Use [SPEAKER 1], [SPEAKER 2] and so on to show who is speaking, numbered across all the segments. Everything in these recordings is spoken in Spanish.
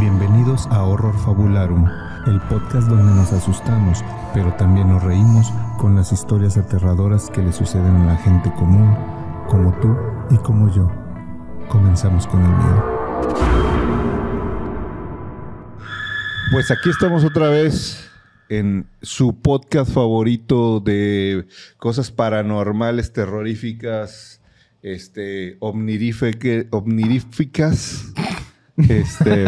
[SPEAKER 1] Bienvenidos a Horror Fabularum, el podcast donde nos asustamos, pero también nos reímos con las historias aterradoras que le suceden a la gente común, como tú y como yo. Comenzamos con el miedo.
[SPEAKER 2] Pues aquí estamos otra vez en su podcast favorito de cosas paranormales, terroríficas, este, omnirífique- omniríficas, este,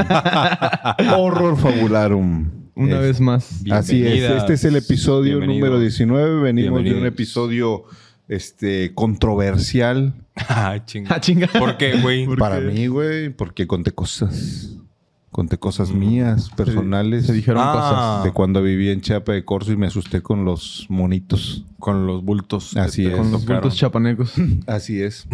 [SPEAKER 2] horror fabularum.
[SPEAKER 3] Una
[SPEAKER 2] Es-
[SPEAKER 3] vez más.
[SPEAKER 2] Así es,
[SPEAKER 4] Bienvenidas.
[SPEAKER 2] este es el episodio
[SPEAKER 4] pues, Bienvenido.
[SPEAKER 2] número 19, venimos de un
[SPEAKER 4] Bienvenidos.
[SPEAKER 2] episodio este, controversial
[SPEAKER 4] Ah, chinga.
[SPEAKER 3] Ah, chinga.
[SPEAKER 4] ¿Por qué, güey?
[SPEAKER 3] ¿Por
[SPEAKER 2] para
[SPEAKER 3] qué?
[SPEAKER 2] mí, güey, porque conté cosas, conté cosas
[SPEAKER 4] Mm.
[SPEAKER 2] mías, personales.
[SPEAKER 3] Se dijeron
[SPEAKER 4] Ah.
[SPEAKER 2] de cuando viví en Chiapa de Corzo y me asusté con los monitos.
[SPEAKER 4] Con los bultos.
[SPEAKER 2] que Así
[SPEAKER 4] que
[SPEAKER 2] te
[SPEAKER 4] te
[SPEAKER 2] es.
[SPEAKER 3] cosas. Con los
[SPEAKER 4] tocaron.
[SPEAKER 3] bultos chapanecos.
[SPEAKER 2] Así es.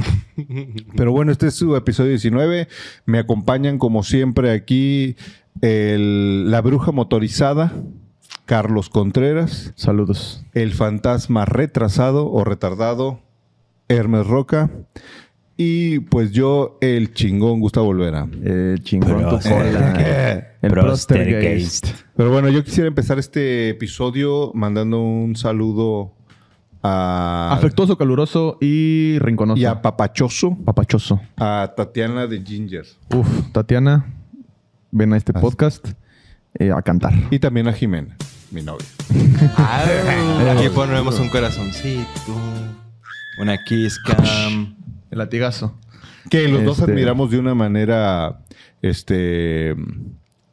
[SPEAKER 2] Pero bueno, este es su episodio 19. Me acompañan como siempre aquí el- la bruja motorizada, Carlos Contreras,
[SPEAKER 3] Saludos.
[SPEAKER 2] el fantasma retrasado o retardado, Hermes Roca. Y pues yo, el chingón Gustavo Olvera. Eh,
[SPEAKER 3] Eh, chingón tu cola. El Prostergeist.
[SPEAKER 2] Pero bueno, yo quisiera empezar este episodio mandando un saludo a...
[SPEAKER 3] Afectuoso, caluroso y rinconoso.
[SPEAKER 2] y a Papachoso,
[SPEAKER 3] Papachoso.
[SPEAKER 2] a Tatiana de Ginger
[SPEAKER 3] Uf, Tatiana, ven a este
[SPEAKER 2] Así.
[SPEAKER 3] podcast eh, a cantar.
[SPEAKER 2] y también a Jimena, mi novia. Ah,
[SPEAKER 4] Aquí ponemos un corazoncito. Una kiss cam.
[SPEAKER 3] El latigazo.
[SPEAKER 2] Que los dos
[SPEAKER 3] Este-
[SPEAKER 2] admiramos de una manera, este,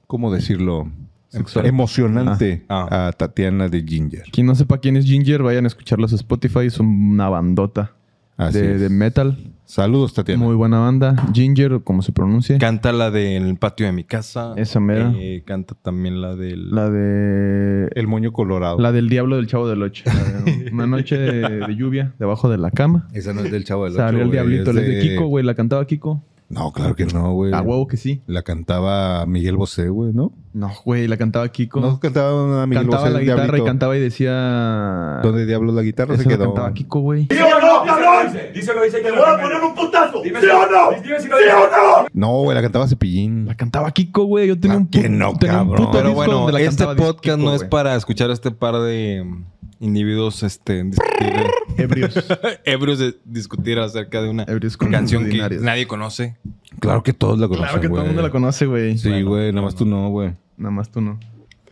[SPEAKER 2] ¿cómo decirlo?
[SPEAKER 3] Sexual.
[SPEAKER 2] Emocionante
[SPEAKER 4] Ah. Ah.
[SPEAKER 2] a Tatiana de Ginger.
[SPEAKER 3] Quien no sepa quién es Ginger, vayan a escucharlos a Spotify. Es una bandota
[SPEAKER 2] Así
[SPEAKER 3] de,
[SPEAKER 2] es.
[SPEAKER 3] de metal.
[SPEAKER 2] Saludos, Tatiana.
[SPEAKER 3] Muy buena banda. Ginger, o como se pronuncia.
[SPEAKER 4] Canta la del patio de mi casa.
[SPEAKER 3] Esa mera.
[SPEAKER 4] Eh, canta también la del.
[SPEAKER 3] La de
[SPEAKER 2] El moño colorado.
[SPEAKER 3] La del diablo del chavo del ocho. La de Una noche de, de lluvia debajo de la cama.
[SPEAKER 2] Esa no es del chavo del Ocho,
[SPEAKER 3] Salió el
[SPEAKER 2] güey,
[SPEAKER 3] diablito.
[SPEAKER 2] es
[SPEAKER 3] la de Kiko, güey. La cantaba Kiko.
[SPEAKER 2] No, claro que no, güey.
[SPEAKER 3] A huevo que sí.
[SPEAKER 2] La cantaba Miguel Bosé, güey, ¿no?
[SPEAKER 3] No, güey. La cantaba Kiko.
[SPEAKER 2] No cantaba a Miguel
[SPEAKER 3] cantaba
[SPEAKER 2] Bosé.
[SPEAKER 3] la
[SPEAKER 2] el
[SPEAKER 3] guitarra
[SPEAKER 2] diablito.
[SPEAKER 3] y cantaba y decía...
[SPEAKER 2] ¿Dónde diablos la guitarra
[SPEAKER 3] Eso
[SPEAKER 2] se
[SPEAKER 3] lo
[SPEAKER 2] quedó?
[SPEAKER 3] cantaba Kiko, güey.
[SPEAKER 5] ¿Sí o no, cabrón? Díselo, dice que te voy a poner un putazo. ¿Sí o no? ¿Sí o no?
[SPEAKER 2] No, güey, la cantaba Cepillín.
[SPEAKER 3] La cantaba Kiko, güey. Yo tenía
[SPEAKER 2] ¿A
[SPEAKER 3] un,
[SPEAKER 2] que
[SPEAKER 3] pu-
[SPEAKER 2] no,
[SPEAKER 3] tenía un
[SPEAKER 2] cabrón?
[SPEAKER 3] puto
[SPEAKER 4] Pero
[SPEAKER 3] disco
[SPEAKER 4] bueno,
[SPEAKER 3] donde la
[SPEAKER 4] este
[SPEAKER 3] cantaba de
[SPEAKER 4] podcast
[SPEAKER 3] Kiko,
[SPEAKER 4] no es
[SPEAKER 3] güey.
[SPEAKER 4] para escuchar a este par de mm, individuos este, discutir,
[SPEAKER 3] Ebrios.
[SPEAKER 4] ebrios de discutir acerca de una
[SPEAKER 3] Ebrios con
[SPEAKER 4] canción que
[SPEAKER 3] ordinarios.
[SPEAKER 4] nadie conoce.
[SPEAKER 2] Claro que todos la conocen,
[SPEAKER 3] Claro que todo el mundo
[SPEAKER 2] güey.
[SPEAKER 3] la conoce, güey.
[SPEAKER 2] Sí,
[SPEAKER 4] Bueno,
[SPEAKER 2] güey, nada más tú no, güey.
[SPEAKER 3] Nada más tú no.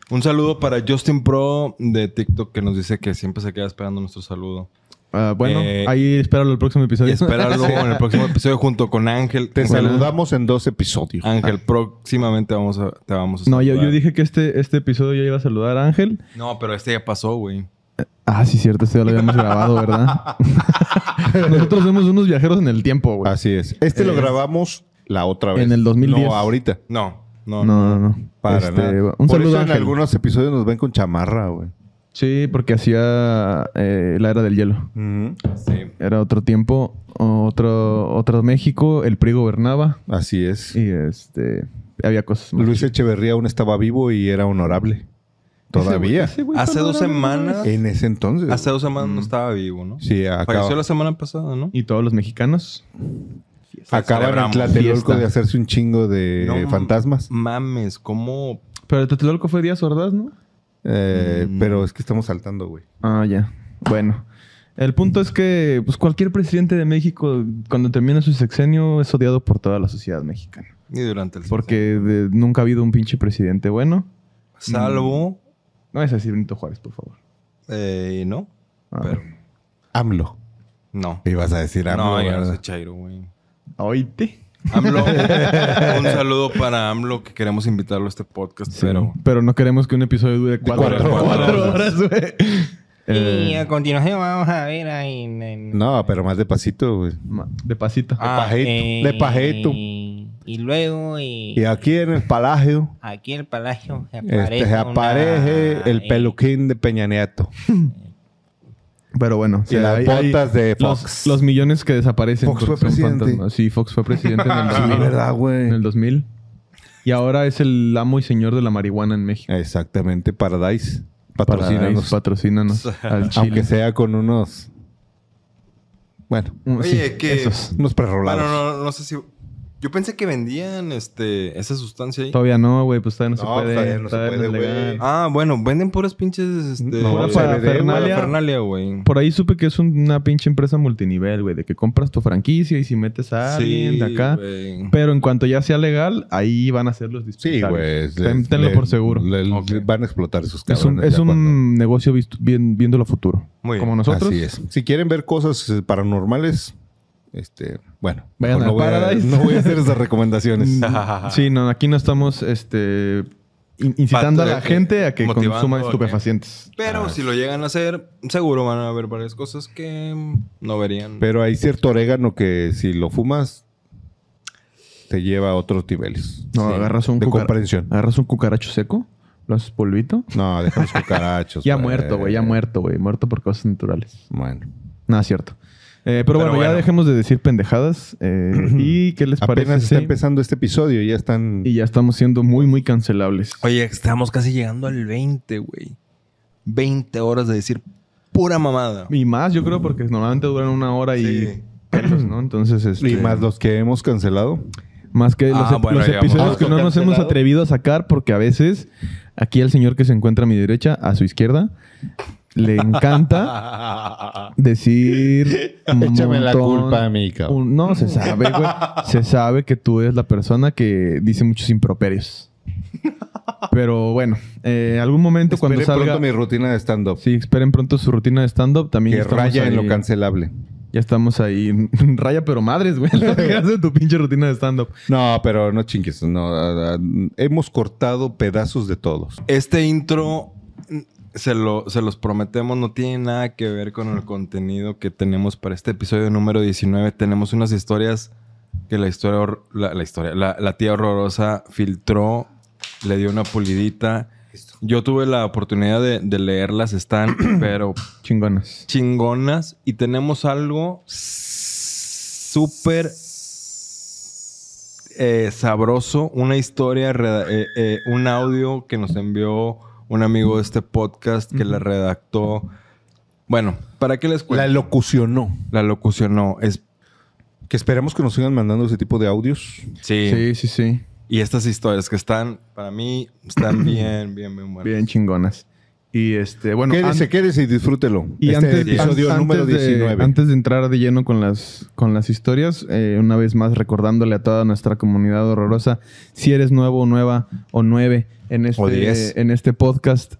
[SPEAKER 4] Un saludo para Justin Pro de TikTok que nos dice que siempre se queda esperando nuestro saludo.
[SPEAKER 3] Ah, bueno,
[SPEAKER 4] Eh,
[SPEAKER 3] ahí espéralo el próximo episodio.
[SPEAKER 4] Espéralo en el próximo episodio junto con Ángel.
[SPEAKER 2] Te
[SPEAKER 4] Bueno,
[SPEAKER 2] saludamos en dos episodios.
[SPEAKER 3] Ah,
[SPEAKER 4] Ángel, próximamente vamos a, te vamos a
[SPEAKER 3] No, yo,
[SPEAKER 4] saludar.
[SPEAKER 3] yo dije que este, este episodio yo iba a saludar a Ángel.
[SPEAKER 4] No, pero este ya pasó, güey.
[SPEAKER 3] Ah, sí, cierto, esto ya lo habíamos grabado, ¿verdad? Nosotros somos unos viajeros en el tiempo, güey.
[SPEAKER 2] Así es. Este lo grabamos la otra vez.
[SPEAKER 3] en el 2010.
[SPEAKER 2] No, ahorita.
[SPEAKER 4] No, no.
[SPEAKER 3] No, no, no.
[SPEAKER 2] Para
[SPEAKER 3] Este,
[SPEAKER 2] nada.
[SPEAKER 3] Un
[SPEAKER 2] Por
[SPEAKER 3] saludo
[SPEAKER 2] eso
[SPEAKER 3] a Ángel.
[SPEAKER 2] en algunos episodios nos ven con chamarra, güey.
[SPEAKER 3] Sí, porque hacía eh, la era del hielo.
[SPEAKER 4] Sí.
[SPEAKER 3] Era otro tiempo, otro, otro México, el PRI gobernaba
[SPEAKER 2] Así es.
[SPEAKER 3] y este había cosas más.
[SPEAKER 2] Luis Echeverría aún estaba vivo y era honorable. Todavía.
[SPEAKER 3] Ese güey
[SPEAKER 4] Hace
[SPEAKER 3] fue
[SPEAKER 4] dos
[SPEAKER 3] adorable,
[SPEAKER 4] semanas.
[SPEAKER 2] En ese entonces.
[SPEAKER 4] Hace dos semanas no estaba vivo, ¿no?
[SPEAKER 2] Sí, acaba,
[SPEAKER 4] Falleció la semana pasada, ¿no?
[SPEAKER 3] Mm. Y todos los mexicanos.
[SPEAKER 2] acaban en
[SPEAKER 4] Celebramos.
[SPEAKER 2] Tlatelolco
[SPEAKER 3] Fiesta.
[SPEAKER 2] de hacerse un chingo de
[SPEAKER 4] No,
[SPEAKER 2] fantasmas.
[SPEAKER 4] Mames, ¿cómo?
[SPEAKER 3] Pero el Tlatelolco fue Díaz Ordaz, ¿no?
[SPEAKER 2] Eh,
[SPEAKER 4] Mm.
[SPEAKER 2] Pero es que estamos saltando, güey.
[SPEAKER 3] Ah, ya. Bueno. El punto es que pues, cualquier presidente de México, cuando termina su sexenio, es odiado por toda la sociedad mexicana.
[SPEAKER 4] Y durante el
[SPEAKER 3] Porque de- nunca ha habido un pinche presidente bueno.
[SPEAKER 4] Salvo,
[SPEAKER 3] No es así, Benito Juárez, por favor.
[SPEAKER 4] eh, ¿no?
[SPEAKER 3] Mm. Ah.
[SPEAKER 4] Pero,
[SPEAKER 2] AMLO.
[SPEAKER 4] no.
[SPEAKER 2] Ibas a decir AMLO.
[SPEAKER 4] No, ya no
[SPEAKER 2] ¿verdad?
[SPEAKER 4] soy chairo, güey.
[SPEAKER 3] Oíte.
[SPEAKER 4] AMLO, un saludo para AMLO que queremos invitarlo a este podcast, pero...
[SPEAKER 3] Pero, pero no queremos que un episodio dure cuatro,
[SPEAKER 2] cuatro
[SPEAKER 3] horas.
[SPEAKER 2] horas.
[SPEAKER 3] Cuatro horas, güey.
[SPEAKER 6] Y
[SPEAKER 3] Eh,
[SPEAKER 6] a continuación vamos a ver ahí en... en-
[SPEAKER 2] No, pero más de pasito, güey.
[SPEAKER 3] ma- de pasito.
[SPEAKER 4] Ah,
[SPEAKER 2] Pajeto.
[SPEAKER 6] eh,
[SPEAKER 2] de pajeto.
[SPEAKER 6] Y luego eh,
[SPEAKER 2] Y aquí en el palacio
[SPEAKER 6] aquí en el palacio se aparece,
[SPEAKER 2] este, se
[SPEAKER 6] una-
[SPEAKER 2] aparece el
[SPEAKER 6] eh,
[SPEAKER 2] peluquín de Peña Nieto.
[SPEAKER 3] Pero bueno. o
[SPEAKER 2] y
[SPEAKER 3] sea,
[SPEAKER 2] las
[SPEAKER 3] hay-
[SPEAKER 2] botas de
[SPEAKER 3] los-
[SPEAKER 2] Fox.
[SPEAKER 3] Los, millones que desaparecen.
[SPEAKER 2] Fox
[SPEAKER 3] porque
[SPEAKER 2] fue
[SPEAKER 3] son
[SPEAKER 2] presidente. Ah,
[SPEAKER 3] fantasmas. Sí, Fox fue presidente en el 2000.
[SPEAKER 2] ¿verdad, güey?
[SPEAKER 3] En el 2000. Y ahora es el amo y señor de la marihuana en México.
[SPEAKER 2] Exactamente, Paradise.
[SPEAKER 3] Patrocínanos.
[SPEAKER 2] Eh, Patrocínanos.
[SPEAKER 3] Patrocínanos. al chile.
[SPEAKER 2] Aunque sea con unos. Bueno,
[SPEAKER 3] Mm, sí,
[SPEAKER 4] Oye, que-
[SPEAKER 3] Mm, esos.
[SPEAKER 2] unos prerrogados.
[SPEAKER 4] Bueno, no, no sé si Yo pensé que vendían este, esa sustancia ahí.
[SPEAKER 3] Todavía no, güey, pues todavía no,
[SPEAKER 2] No,
[SPEAKER 3] se puede.
[SPEAKER 2] todavía no se
[SPEAKER 3] todavía
[SPEAKER 2] puede,
[SPEAKER 3] no es
[SPEAKER 2] güey.
[SPEAKER 3] legal.
[SPEAKER 4] Ah, bueno, venden puras pinches. Este,
[SPEAKER 3] No,
[SPEAKER 4] eh,
[SPEAKER 3] para
[SPEAKER 4] CBD, güey,
[SPEAKER 3] Fernalia.
[SPEAKER 4] Fernalia, güey.
[SPEAKER 3] Por ahí supe que es un- una pinche empresa multinivel, güey, de que compras tu franquicia y si metes a alguien de acá.
[SPEAKER 4] güey.
[SPEAKER 3] Pero en cuanto ya sea legal, ahí van a ser los
[SPEAKER 2] Sí,
[SPEAKER 3] disputables.
[SPEAKER 2] güey.
[SPEAKER 3] Ten-
[SPEAKER 2] le-
[SPEAKER 3] tenlo
[SPEAKER 2] le-
[SPEAKER 3] por seguro.
[SPEAKER 2] le- le-
[SPEAKER 4] Ok.
[SPEAKER 2] Van a explotar esos
[SPEAKER 3] Es un,
[SPEAKER 2] cabrones.
[SPEAKER 3] es
[SPEAKER 2] ya
[SPEAKER 3] un
[SPEAKER 2] cuando-
[SPEAKER 3] negocio visto- bien- viéndolo a futuro.
[SPEAKER 4] Muy bien.
[SPEAKER 3] Como nosotros.
[SPEAKER 2] Así es. Si quieren ver cosas eh, paranormales, este, bueno,
[SPEAKER 3] Vayan
[SPEAKER 2] no
[SPEAKER 3] al
[SPEAKER 2] voy, a,
[SPEAKER 3] Paradise.
[SPEAKER 2] no voy a hacer esas recomendaciones.
[SPEAKER 3] Mm, Sí, no, aquí no estamos este, in- incitando a la
[SPEAKER 4] Pato-
[SPEAKER 3] gente a que
[SPEAKER 4] motivando
[SPEAKER 3] consuma
[SPEAKER 4] a que-
[SPEAKER 3] estupefacientes.
[SPEAKER 4] Pero si lo llegan a hacer, seguro van a haber varias cosas que no verían.
[SPEAKER 2] Pero hay cierto orégano que si lo fumas, te lleva a otros niveles.
[SPEAKER 3] No,
[SPEAKER 2] Sí.
[SPEAKER 3] agarras un
[SPEAKER 2] De
[SPEAKER 3] cucara-
[SPEAKER 2] comprensión.
[SPEAKER 3] Agarras un cucaracho seco, lo haces polvito.
[SPEAKER 2] No, deja los cucarachos.
[SPEAKER 3] Ya muerto, güey, ya muerto, güey. Muerto por cosas naturales.
[SPEAKER 2] Bueno.
[SPEAKER 3] Nada, cierto. Eh, pero, bueno, ya
[SPEAKER 4] bueno.
[SPEAKER 3] dejemos de decir pendejadas. eh, ¿Y qué les parece?
[SPEAKER 2] Apenas está
[SPEAKER 3] si-
[SPEAKER 2] empezando este episodio y ya están...
[SPEAKER 3] Y ya estamos siendo muy, muy cancelables.
[SPEAKER 4] Oye, estamos casi llegando al 20, güey. 20 horas de decir pura mamada.
[SPEAKER 3] Y más, yo creo, porque normalmente duran una hora
[SPEAKER 4] Sí.
[SPEAKER 3] y pelos, ¿no? Entonces, este,
[SPEAKER 2] Y más los que hemos cancelado.
[SPEAKER 3] más que los,
[SPEAKER 4] Ah,
[SPEAKER 3] ep-
[SPEAKER 4] bueno,
[SPEAKER 3] los
[SPEAKER 4] digamos,
[SPEAKER 3] episodios
[SPEAKER 4] los
[SPEAKER 3] que no nos hemos
[SPEAKER 7] cancelados.
[SPEAKER 3] atrevido a sacar, porque a veces aquí el señor que se encuentra a mi derecha, a su izquierda, le encanta decir. un
[SPEAKER 2] Échame la
[SPEAKER 3] montón-
[SPEAKER 2] culpa a mí, cabrón.
[SPEAKER 3] un- no, se sabe, güey. Se sabe que tú eres la persona que dice muchos improperios. Pero bueno, eh, algún momento
[SPEAKER 2] Esperen
[SPEAKER 3] cuando salga.
[SPEAKER 2] pronto mi rutina de stand-up.
[SPEAKER 3] Sí, esperen pronto su rutina de stand-up. También
[SPEAKER 2] que
[SPEAKER 3] estamos
[SPEAKER 2] raya en lo
[SPEAKER 3] ahí-
[SPEAKER 2] cancelable.
[SPEAKER 3] ya estamos ahí. Raya, pero madres, güey. Lo que hace tu pinche rutina de stand-up.
[SPEAKER 2] No, pero no chingues. No, ah, ah, hemos cortado pedazos de todos.
[SPEAKER 4] Este intro, mm, se, lo, se los prometemos, no tiene nada que ver con el contenido que tenemos para este episodio número 19. Tenemos unas historias que la historia, hor- la, la historia, la, la tía horrorosa filtró, le dio una pulidita. Yo tuve la oportunidad de, de leerlas, están, pero
[SPEAKER 3] Chingonas.
[SPEAKER 4] chingonas y tenemos algo súper eh, sabroso, una historia, reda- eh, eh, un audio que nos envió un amigo de este podcast que la redactó. Bueno, ¿para qué les
[SPEAKER 2] La
[SPEAKER 4] cuento?
[SPEAKER 2] locucionó.
[SPEAKER 4] La, locucionó. Es,
[SPEAKER 2] Que esperamos que nos sigan mandando ese tipo de audios.
[SPEAKER 4] sí.
[SPEAKER 3] Sí, sí, sí.
[SPEAKER 4] Y estas historias que están, para mí, están bien, bien, bien buenas.
[SPEAKER 3] Bien chingonas. Y este, bueno.
[SPEAKER 2] quédese,
[SPEAKER 3] an-
[SPEAKER 2] quédese y disfrútelo.
[SPEAKER 3] y
[SPEAKER 2] este
[SPEAKER 3] antes,
[SPEAKER 2] episodio
[SPEAKER 3] an-
[SPEAKER 2] número Ah,
[SPEAKER 3] antes de-
[SPEAKER 2] 19.
[SPEAKER 3] antes de entrar de lleno con las, con las historias, eh, una vez más recordándole a toda nuestra comunidad horrorosa, si eres nuevo o nueva o nueve en este,
[SPEAKER 4] O diez.
[SPEAKER 3] en este podcast,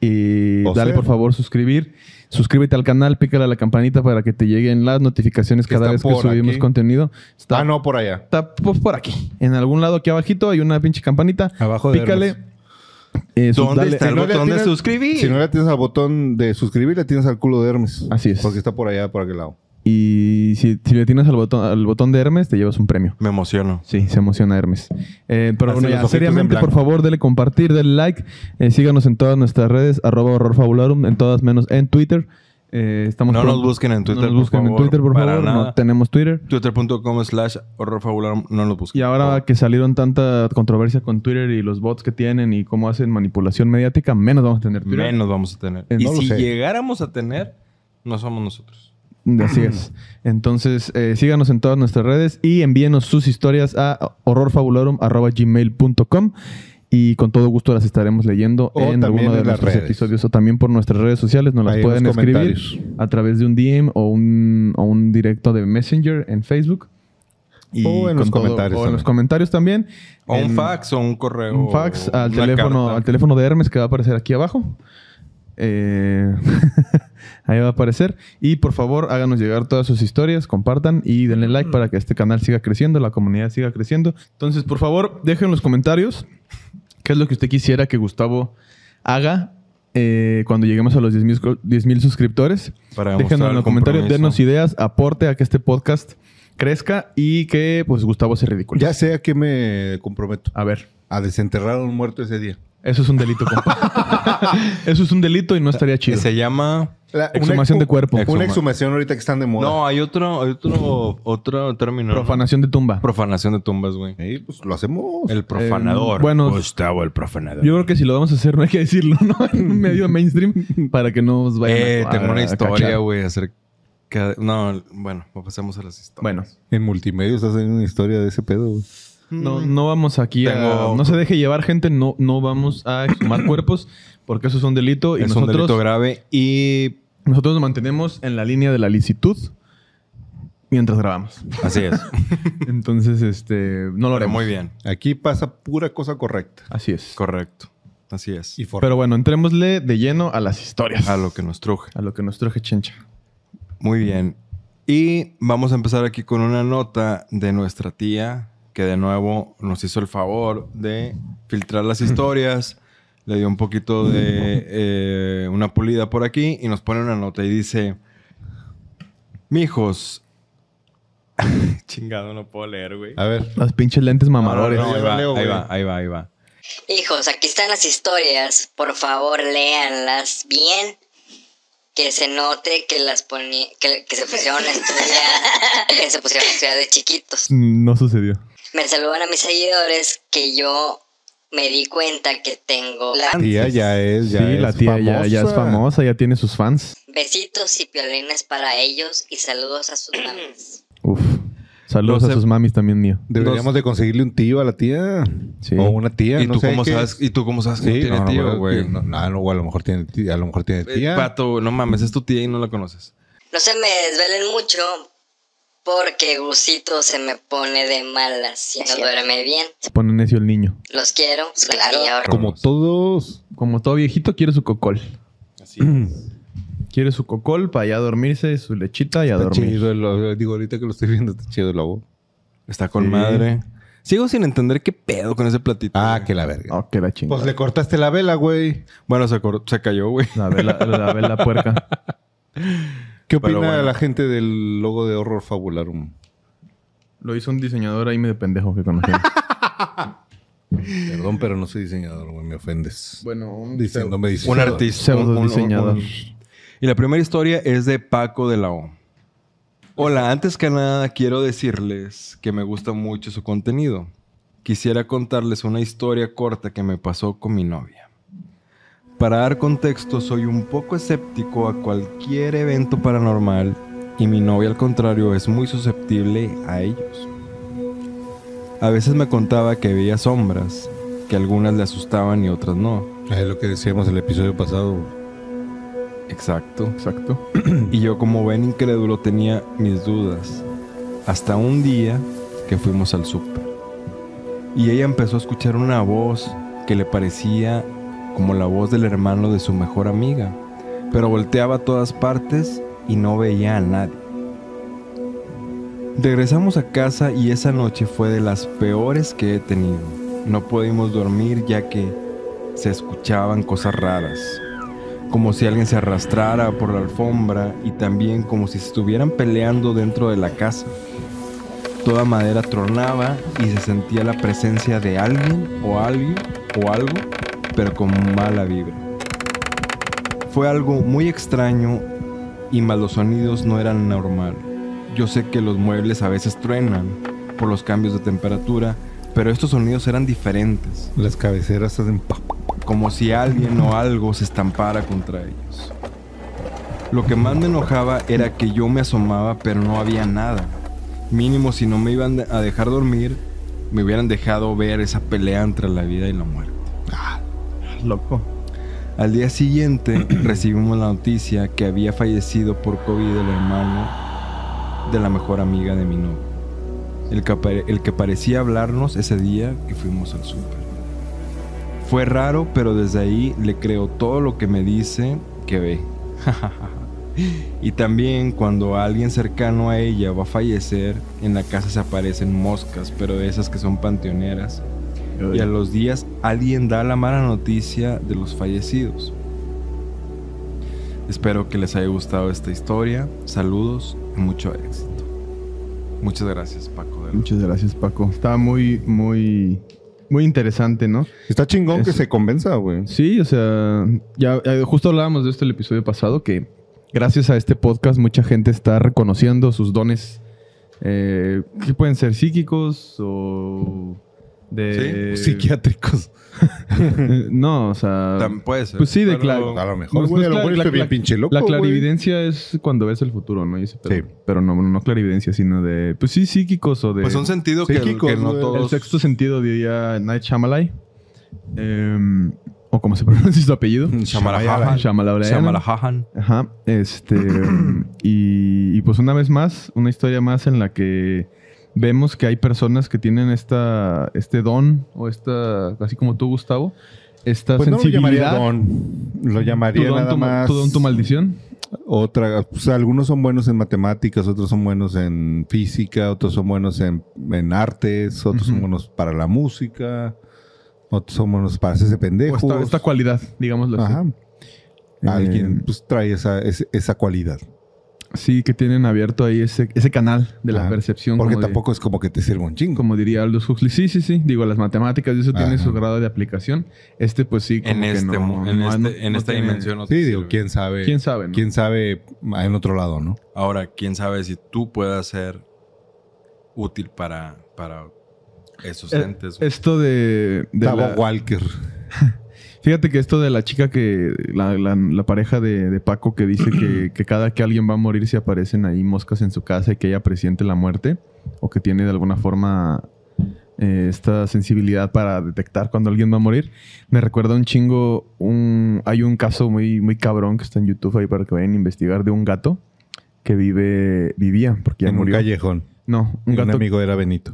[SPEAKER 3] y
[SPEAKER 2] O
[SPEAKER 3] dale
[SPEAKER 2] sea.
[SPEAKER 3] por favor suscribir. Suscríbete al canal, pícale a la campanita para que te lleguen las notificaciones
[SPEAKER 2] Que
[SPEAKER 3] cada
[SPEAKER 2] está
[SPEAKER 3] vez que
[SPEAKER 2] por
[SPEAKER 3] subimos
[SPEAKER 2] aquí.
[SPEAKER 3] contenido. Está
[SPEAKER 2] Ah, no, por allá.
[SPEAKER 3] está pues, por aquí. En algún lado aquí abajito hay una pinche campanita.
[SPEAKER 2] Abajo de
[SPEAKER 3] Pícale.
[SPEAKER 2] Hermes.
[SPEAKER 3] Eh, sus-
[SPEAKER 4] ¿Dónde
[SPEAKER 3] dale-
[SPEAKER 4] está el
[SPEAKER 2] Si no le
[SPEAKER 4] botón de
[SPEAKER 2] atinas-
[SPEAKER 4] suscribir?
[SPEAKER 2] Si no le tienes al botón de suscribir, le tienes al culo de Hermes.
[SPEAKER 3] Así es.
[SPEAKER 2] Porque está por allá, por aquel lado.
[SPEAKER 3] Y si, si le tienes al botón, al botón de Hermes, te llevas un premio.
[SPEAKER 4] Me emociono.
[SPEAKER 3] Sí, se emociona Hermes. Eh, pero
[SPEAKER 2] Hace
[SPEAKER 3] bueno,
[SPEAKER 2] los
[SPEAKER 3] ya,
[SPEAKER 2] ojitos en
[SPEAKER 3] seriamente,
[SPEAKER 2] blanco.
[SPEAKER 3] por favor, dele compartir, dele like. Eh, síganos en todas nuestras redes, arroba horrorfabularum, en todas menos en Twitter. Eh, estamos
[SPEAKER 4] No
[SPEAKER 3] pronto-
[SPEAKER 4] nos busquen en Twitter,
[SPEAKER 3] No nos busquen en
[SPEAKER 4] por favor.
[SPEAKER 3] Twitter, por
[SPEAKER 4] Para
[SPEAKER 3] favor. No
[SPEAKER 4] nada.
[SPEAKER 3] tenemos Twitter.
[SPEAKER 4] Twitter.com slash horrorfabular, no lo busquen.
[SPEAKER 3] Y ahora que salieron tanta controversia con Twitter y los bots que tienen y cómo hacen manipulación mediática, menos vamos a tener Twitter.
[SPEAKER 4] menos vamos a tener.
[SPEAKER 3] Eh,
[SPEAKER 4] y
[SPEAKER 2] no lo
[SPEAKER 4] si
[SPEAKER 2] sé.
[SPEAKER 4] llegáramos a tener, no somos nosotros.
[SPEAKER 3] Así es. Entonces, eh, síganos en todas nuestras redes y envíenos sus historias a horrorfabularum.gmail.com y con todo gusto las estaremos leyendo
[SPEAKER 2] O
[SPEAKER 3] en
[SPEAKER 2] también
[SPEAKER 3] alguno de
[SPEAKER 2] en las
[SPEAKER 3] nuestros
[SPEAKER 2] redes.
[SPEAKER 3] episodios o también por nuestras redes sociales. Nos las
[SPEAKER 2] Ahí en
[SPEAKER 3] pueden
[SPEAKER 2] los
[SPEAKER 3] escribir
[SPEAKER 2] comentarios.
[SPEAKER 3] a través de un DM o un, o un directo de Messenger en Facebook. Y
[SPEAKER 2] O en los
[SPEAKER 3] con todo-
[SPEAKER 2] comentarios
[SPEAKER 3] O en los
[SPEAKER 2] también.
[SPEAKER 3] comentarios también.
[SPEAKER 4] O
[SPEAKER 3] En-
[SPEAKER 4] un fax o un correo.
[SPEAKER 3] un fax al
[SPEAKER 4] una
[SPEAKER 3] teléfono,
[SPEAKER 4] carta.
[SPEAKER 3] al teléfono de Hermes que va a aparecer aquí abajo. Eh, ahí va a aparecer. Y por favor, háganos llegar todas sus historias, compartan y denle like para que este canal siga creciendo, la comunidad siga creciendo. Entonces, por favor, dejen en los comentarios qué es lo que usted quisiera que Gustavo haga eh, cuando lleguemos a los 10,000 mil suscriptores.
[SPEAKER 4] Para
[SPEAKER 3] Déjenos
[SPEAKER 4] mostrar
[SPEAKER 3] en
[SPEAKER 4] el
[SPEAKER 3] los comentarios,
[SPEAKER 4] compromiso.
[SPEAKER 3] denos ideas, aporte a que este podcast crezca y que pues Gustavo se ridicule.
[SPEAKER 2] Ya sé a qué me comprometo.
[SPEAKER 3] A ver.
[SPEAKER 2] A desenterrar a un muerto ese día.
[SPEAKER 3] Eso es un delito, compa. Eso es un delito y no estaría chido.
[SPEAKER 4] Se llama.
[SPEAKER 2] La- una
[SPEAKER 3] Exhumación
[SPEAKER 2] exhu-
[SPEAKER 3] de cuerpo.
[SPEAKER 2] Una
[SPEAKER 4] Exhuma-
[SPEAKER 2] exhumación ahorita que están de moda.
[SPEAKER 4] No, hay otro, hay otro, otro término.
[SPEAKER 3] Profanación de tumba.
[SPEAKER 4] Profanación de tumbas, güey.
[SPEAKER 2] Eh, pues lo hacemos.
[SPEAKER 4] El profanador.
[SPEAKER 3] Eh, bueno,
[SPEAKER 4] Gustavo, el profanador.
[SPEAKER 3] Yo creo que si lo vamos a hacer, no hay que decirlo, ¿no? En un medio mainstream para que no os vayan
[SPEAKER 4] eh,
[SPEAKER 3] a-
[SPEAKER 4] tengo
[SPEAKER 3] a-
[SPEAKER 4] una
[SPEAKER 3] a
[SPEAKER 4] historia,
[SPEAKER 3] cachar.
[SPEAKER 4] güey, acerca Cada- no, bueno, pasemos a las historias.
[SPEAKER 3] Bueno,
[SPEAKER 2] En multimedia estás haciendo una historia de ese pedo. güey.
[SPEAKER 3] Mm. no, no vamos aquí
[SPEAKER 4] Mm. Tengo-
[SPEAKER 3] a... No se deje llevar gente, no, no vamos a exhumar cuerpos porque eso es un delito y
[SPEAKER 4] es un
[SPEAKER 3] nosotros,
[SPEAKER 4] delito grave y
[SPEAKER 3] nosotros nos mantenemos en la línea de la licitud mientras grabamos.
[SPEAKER 4] así es.
[SPEAKER 3] Entonces, este, no lo
[SPEAKER 4] Pero
[SPEAKER 3] haremos.
[SPEAKER 4] muy bien.
[SPEAKER 2] Aquí pasa pura cosa correcta.
[SPEAKER 3] Así es.
[SPEAKER 4] Correcto. Así es.
[SPEAKER 2] Y formal.
[SPEAKER 3] Pero bueno, entrémosle de lleno a las historias.
[SPEAKER 4] a lo que nos truje.
[SPEAKER 3] A lo que nos traje Chencha.
[SPEAKER 4] Muy bien. Y vamos a empezar aquí con una nota de nuestra tía, que de nuevo nos hizo el favor de filtrar las historias. Le dio un poquito de eh, una pulida por aquí y nos pone una nota y dice: Mijos. Chingado, no puedo leer, güey.
[SPEAKER 2] A ver.
[SPEAKER 3] Los pinches lentes mamadores.
[SPEAKER 4] No, no, ahí, va,
[SPEAKER 2] Leo,
[SPEAKER 4] ahí
[SPEAKER 2] güey.
[SPEAKER 4] va, ahí va, ahí va.
[SPEAKER 7] Hijos, aquí están las historias. Por favor, léanlas bien. Que se note que las poni- que, que se pusieron a estudiar, que se pusieron a estudiar de chiquitos.
[SPEAKER 3] No sucedió.
[SPEAKER 7] Me saludan a mis seguidores que yo me di cuenta que tengo la-
[SPEAKER 2] Tía ya es, ya
[SPEAKER 3] sí,
[SPEAKER 2] es
[SPEAKER 3] la tía ya, ya es famosa, ya tiene sus fans.
[SPEAKER 7] besitos y piolines para ellos y saludos a sus mamás.
[SPEAKER 3] Uf. Saludos
[SPEAKER 4] No sé-
[SPEAKER 3] a sus mamis también mío.
[SPEAKER 2] Deberíamos
[SPEAKER 4] Nos-
[SPEAKER 2] de conseguirle un tío a la tía.
[SPEAKER 3] Sí.
[SPEAKER 2] O una tía.
[SPEAKER 4] ¿Y,
[SPEAKER 2] no
[SPEAKER 4] tú
[SPEAKER 2] sé,
[SPEAKER 4] cómo
[SPEAKER 2] que-
[SPEAKER 4] sabes, ¿Y tú cómo sabes que no
[SPEAKER 2] Sí,
[SPEAKER 4] tiene
[SPEAKER 2] no, no,
[SPEAKER 4] tío, güey?
[SPEAKER 2] No, no, no, a lo mejor tiene tía. A lo mejor tiene
[SPEAKER 4] Eh,
[SPEAKER 2] tía.
[SPEAKER 4] Pato, no mames, es tu tía y no la conoces.
[SPEAKER 7] No se me desvelen mucho porque Gusito se me pone de malas si no duerme bien.
[SPEAKER 3] Se pone necio el niño.
[SPEAKER 7] Los quiero. soy María Or-
[SPEAKER 2] Como todos.
[SPEAKER 3] Como todo viejito, quiere su cocol.
[SPEAKER 4] Así es.
[SPEAKER 3] Quiere su cocol para ya dormirse, su lechita y a
[SPEAKER 2] Está
[SPEAKER 3] dormir.
[SPEAKER 2] chido el lobo. Digo, ahorita que lo estoy viendo, está chido el lobo.
[SPEAKER 4] Está con
[SPEAKER 3] Sí.
[SPEAKER 4] madre. Sigo sin entender qué pedo con ese platito.
[SPEAKER 2] Ah,
[SPEAKER 4] güey.
[SPEAKER 2] que la verga.
[SPEAKER 3] Oh, qué la chingada.
[SPEAKER 2] Pues le cortaste la vela, güey.
[SPEAKER 4] Bueno, se, acor- se cayó, güey.
[SPEAKER 3] La vela, la vela puerca.
[SPEAKER 2] ¿Qué
[SPEAKER 4] Pero
[SPEAKER 2] opina
[SPEAKER 4] bueno.
[SPEAKER 2] la gente del logo de Horror Fabularum?
[SPEAKER 3] Lo hizo un diseñador ahí medio pendejo que conocí.
[SPEAKER 2] Perdón, pero no soy diseñador, güey. Me ofendes.
[SPEAKER 3] bueno, un
[SPEAKER 2] Diciéndome
[SPEAKER 4] Un
[SPEAKER 2] diseñador.
[SPEAKER 4] artista.
[SPEAKER 3] Pseudo
[SPEAKER 4] un- un-
[SPEAKER 3] diseñador.
[SPEAKER 4] un- Y la primera historia es de Paco de la O. Hola, antes que nada quiero decirles que me gusta mucho su contenido. Quisiera contarles una historia corta que me pasó con mi novia. Para dar contexto, soy un poco escéptico a cualquier evento paranormal y mi novia al contrario es muy susceptible a ellos. A veces me contaba que veía sombras, que algunas le asustaban y otras no.
[SPEAKER 2] Es lo que decíamos el episodio pasado.
[SPEAKER 4] Exacto.
[SPEAKER 3] Exacto.
[SPEAKER 4] Y yo como ven incrédulo tenía mis dudas. Hasta un día que fuimos al súper. Y ella empezó a escuchar una voz que le parecía como la voz del hermano de su mejor amiga. Pero volteaba a todas partes y no veía a nadie. Regresamos a casa y esa noche fue de las peores que he tenido. No pudimos dormir ya que se escuchaban cosas raras como si alguien se arrastrara por la alfombra y también como si estuvieran peleando dentro de la casa. Toda madera tronaba y se sentía la presencia de alguien o alguien o algo, pero con mala vibra. Fue algo muy extraño y malos sonidos no eran normal. Yo sé que los muebles a veces truenan por los cambios de temperatura, pero estos sonidos eran diferentes
[SPEAKER 2] Las cabeceras hacen pa.
[SPEAKER 4] como si alguien o algo se estampara contra ellos. Lo que más me enojaba era que yo me asomaba pero no había nada. Mínimo si no me iban a dejar dormir, me hubieran dejado ver esa pelea entre la vida y la muerte.
[SPEAKER 3] Loco.
[SPEAKER 4] Al día siguiente recibimos la noticia que había fallecido por COVID el hermano de la mejor amiga de mi novio. El que, apare- el que parecía hablarnos ese día que fuimos al súper. Fue raro, pero desde ahí le creo todo lo que me dice que ve. y también cuando alguien cercano a ella va a fallecer, en la casa se aparecen moscas, pero de esas que son panteoneras y a los días alguien da la mala noticia de los fallecidos. Espero que les haya gustado esta historia. Saludos y mucho éxito. Muchas gracias, Paco. de la-
[SPEAKER 3] Muchas gracias, Paco. Está muy, muy, muy interesante, ¿no?
[SPEAKER 2] Está chingón que
[SPEAKER 3] Eso.
[SPEAKER 2] se convenza, güey.
[SPEAKER 3] Sí, o sea, ya, ya justo hablábamos de esto el episodio pasado, que gracias a este podcast mucha gente está reconociendo sus dones, eh, que pueden ser psíquicos o de...
[SPEAKER 2] pues,
[SPEAKER 3] eh,
[SPEAKER 2] Psiquiátricos.
[SPEAKER 3] no, o sea...
[SPEAKER 4] Tam- puede ser.
[SPEAKER 3] Pues sí, de
[SPEAKER 4] pero-
[SPEAKER 3] claro.
[SPEAKER 2] A lo mejor, güey, a lo
[SPEAKER 3] cla-
[SPEAKER 2] mejor
[SPEAKER 3] la-
[SPEAKER 2] estoy bien
[SPEAKER 3] la-
[SPEAKER 2] pinche loco,
[SPEAKER 3] La
[SPEAKER 2] güey.
[SPEAKER 3] clarividencia es cuando ves el futuro, ¿no? Y ese pedo.
[SPEAKER 2] Sí.
[SPEAKER 3] Pero no, no clarividencia, sino de... Pues sí, psíquicos o de...
[SPEAKER 4] Pues un sentido que,
[SPEAKER 2] Psíquicos,
[SPEAKER 4] que no
[SPEAKER 2] güey.
[SPEAKER 4] todos...
[SPEAKER 3] El sexto sentido diría Night Shyamalan. Em, o como se pronuncia su apellido. Pues
[SPEAKER 4] Shamalajahan.
[SPEAKER 3] Shyamalan.
[SPEAKER 4] Shamalajahan.
[SPEAKER 3] Ajá, este. y, y pues una vez más, una historia más en la que vemos que hay personas que tienen esta, este don, o esta, así como tú, Gustavo, esta
[SPEAKER 2] Pues no lo llamaría
[SPEAKER 3] sensibilidad.
[SPEAKER 2] don. Lo
[SPEAKER 3] tu
[SPEAKER 2] llamaría
[SPEAKER 3] don,
[SPEAKER 2] nada
[SPEAKER 3] tu, ma-
[SPEAKER 2] más.
[SPEAKER 3] tu don, tu maldición.
[SPEAKER 2] Otra, pues, algunos son buenos en matemáticas, otros son buenos en física, otros son buenos en, en artes, otros son
[SPEAKER 3] Ujú.
[SPEAKER 2] buenos para la música, otros son buenos para hacerse
[SPEAKER 3] O
[SPEAKER 2] pendejos.
[SPEAKER 3] esta, esta cualidad, digámoslo así.
[SPEAKER 2] Ajá. Alguien
[SPEAKER 3] Eh,
[SPEAKER 2] pues, trae esa, es- esa cualidad.
[SPEAKER 3] Sí, que tienen abierto ahí ese, ese canal de la
[SPEAKER 2] Ajá.
[SPEAKER 3] percepción.
[SPEAKER 2] Porque
[SPEAKER 3] como di-
[SPEAKER 2] tampoco es como que te sirva un chingo.
[SPEAKER 3] como diría Aldous Huxley, sí, sí, sí. Digo, las matemáticas, eso tiene
[SPEAKER 2] Ajá.
[SPEAKER 3] su grado de aplicación. Este, pues sí, como
[SPEAKER 4] En,
[SPEAKER 3] que
[SPEAKER 4] este,
[SPEAKER 3] no-
[SPEAKER 4] mu- en,
[SPEAKER 3] no-
[SPEAKER 4] este-
[SPEAKER 3] no-
[SPEAKER 4] en
[SPEAKER 3] no
[SPEAKER 4] esta
[SPEAKER 3] tiene-
[SPEAKER 4] dimensión. no te
[SPEAKER 2] Sí, digo,
[SPEAKER 4] sirve.
[SPEAKER 2] quién sabe.
[SPEAKER 3] ¿Quién sabe? no?
[SPEAKER 2] quién sabe en otro lado, ¿no?
[SPEAKER 4] Ahora, quién sabe si tú puedas ser útil para, para esos
[SPEAKER 3] Eh,
[SPEAKER 4] entes. güey.
[SPEAKER 3] Esto de, de
[SPEAKER 2] Tabo
[SPEAKER 3] la-
[SPEAKER 2] Walker.
[SPEAKER 3] fíjate que esto de la chica que la, la- la pareja de, de Paco que dice que, que cada que alguien va a morir se aparecen ahí moscas en su casa y que ella presiente la muerte o que tiene de alguna forma eh, esta sensibilidad para detectar cuando alguien va a morir. Me recuerda un chingo un hay un caso muy muy cabrón que está en YouTube ahí para que vayan a investigar de un gato que vive vivía porque ya
[SPEAKER 2] en
[SPEAKER 3] murió.
[SPEAKER 2] un callejón.
[SPEAKER 3] No, un
[SPEAKER 2] Un,
[SPEAKER 3] gato
[SPEAKER 2] amigo era Benito.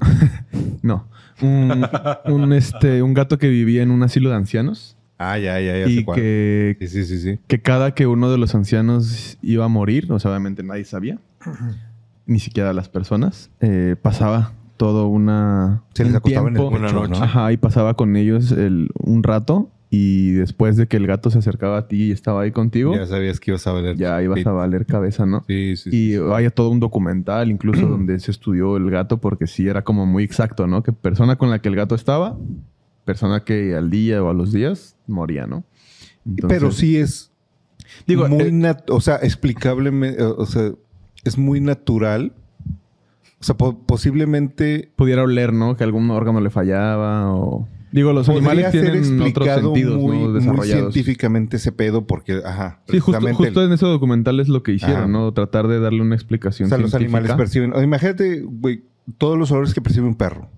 [SPEAKER 3] no, un, un, este, un gato que vivía en un asilo de ancianos
[SPEAKER 2] Ah, ya, ya, ya sé
[SPEAKER 3] y
[SPEAKER 2] cuál.
[SPEAKER 3] que,
[SPEAKER 2] Sí, sí, sí, sí.
[SPEAKER 3] que cada que uno de los ancianos iba a morir, o sea, obviamente nadie sabía, ni siquiera las personas, eh, pasaba todo una
[SPEAKER 2] Se les
[SPEAKER 3] un
[SPEAKER 2] acostaba en el
[SPEAKER 3] tiempo,
[SPEAKER 2] pecho,
[SPEAKER 4] una noche.
[SPEAKER 2] ¿no?
[SPEAKER 3] ajá, y pasaba con ellos el- un rato y después de que el gato se acercaba a ti y estaba ahí contigo,
[SPEAKER 2] Ya sabías que ibas a valer.
[SPEAKER 3] ya ibas a valer cabeza, ¿no?
[SPEAKER 2] Sí, sí, sí.
[SPEAKER 3] Y hay todo un documental incluso donde se estudió el gato porque sí era como muy exacto, ¿no? Que persona con la que el gato estaba, persona que al día o a los días moría, ¿no? Entonces,
[SPEAKER 2] Pero sí es
[SPEAKER 3] digo,
[SPEAKER 2] muy,
[SPEAKER 3] eh,
[SPEAKER 2] nat- o sea, explicable, o sea, es muy natural. O sea, po- posiblemente
[SPEAKER 3] pudiera oler, ¿no? Que algún órgano le fallaba o... Digo, los
[SPEAKER 2] podría
[SPEAKER 3] animales
[SPEAKER 2] ser
[SPEAKER 3] tienen otros
[SPEAKER 2] explicado
[SPEAKER 3] sentidos
[SPEAKER 2] muy,
[SPEAKER 3] ¿no?
[SPEAKER 2] muy
[SPEAKER 3] desarrollados.
[SPEAKER 2] científicamente ese pedo porque, ajá,
[SPEAKER 3] sí, justo,
[SPEAKER 2] precisamente
[SPEAKER 3] justo
[SPEAKER 2] el-
[SPEAKER 3] en ese documental es lo que hicieron,
[SPEAKER 2] Ajá.
[SPEAKER 3] ¿no? Tratar de darle una
[SPEAKER 2] o
[SPEAKER 3] explicación
[SPEAKER 2] sea, los
[SPEAKER 3] científica.
[SPEAKER 2] animales perciben. o imagínate, güey, todos los olores que percibe un perro.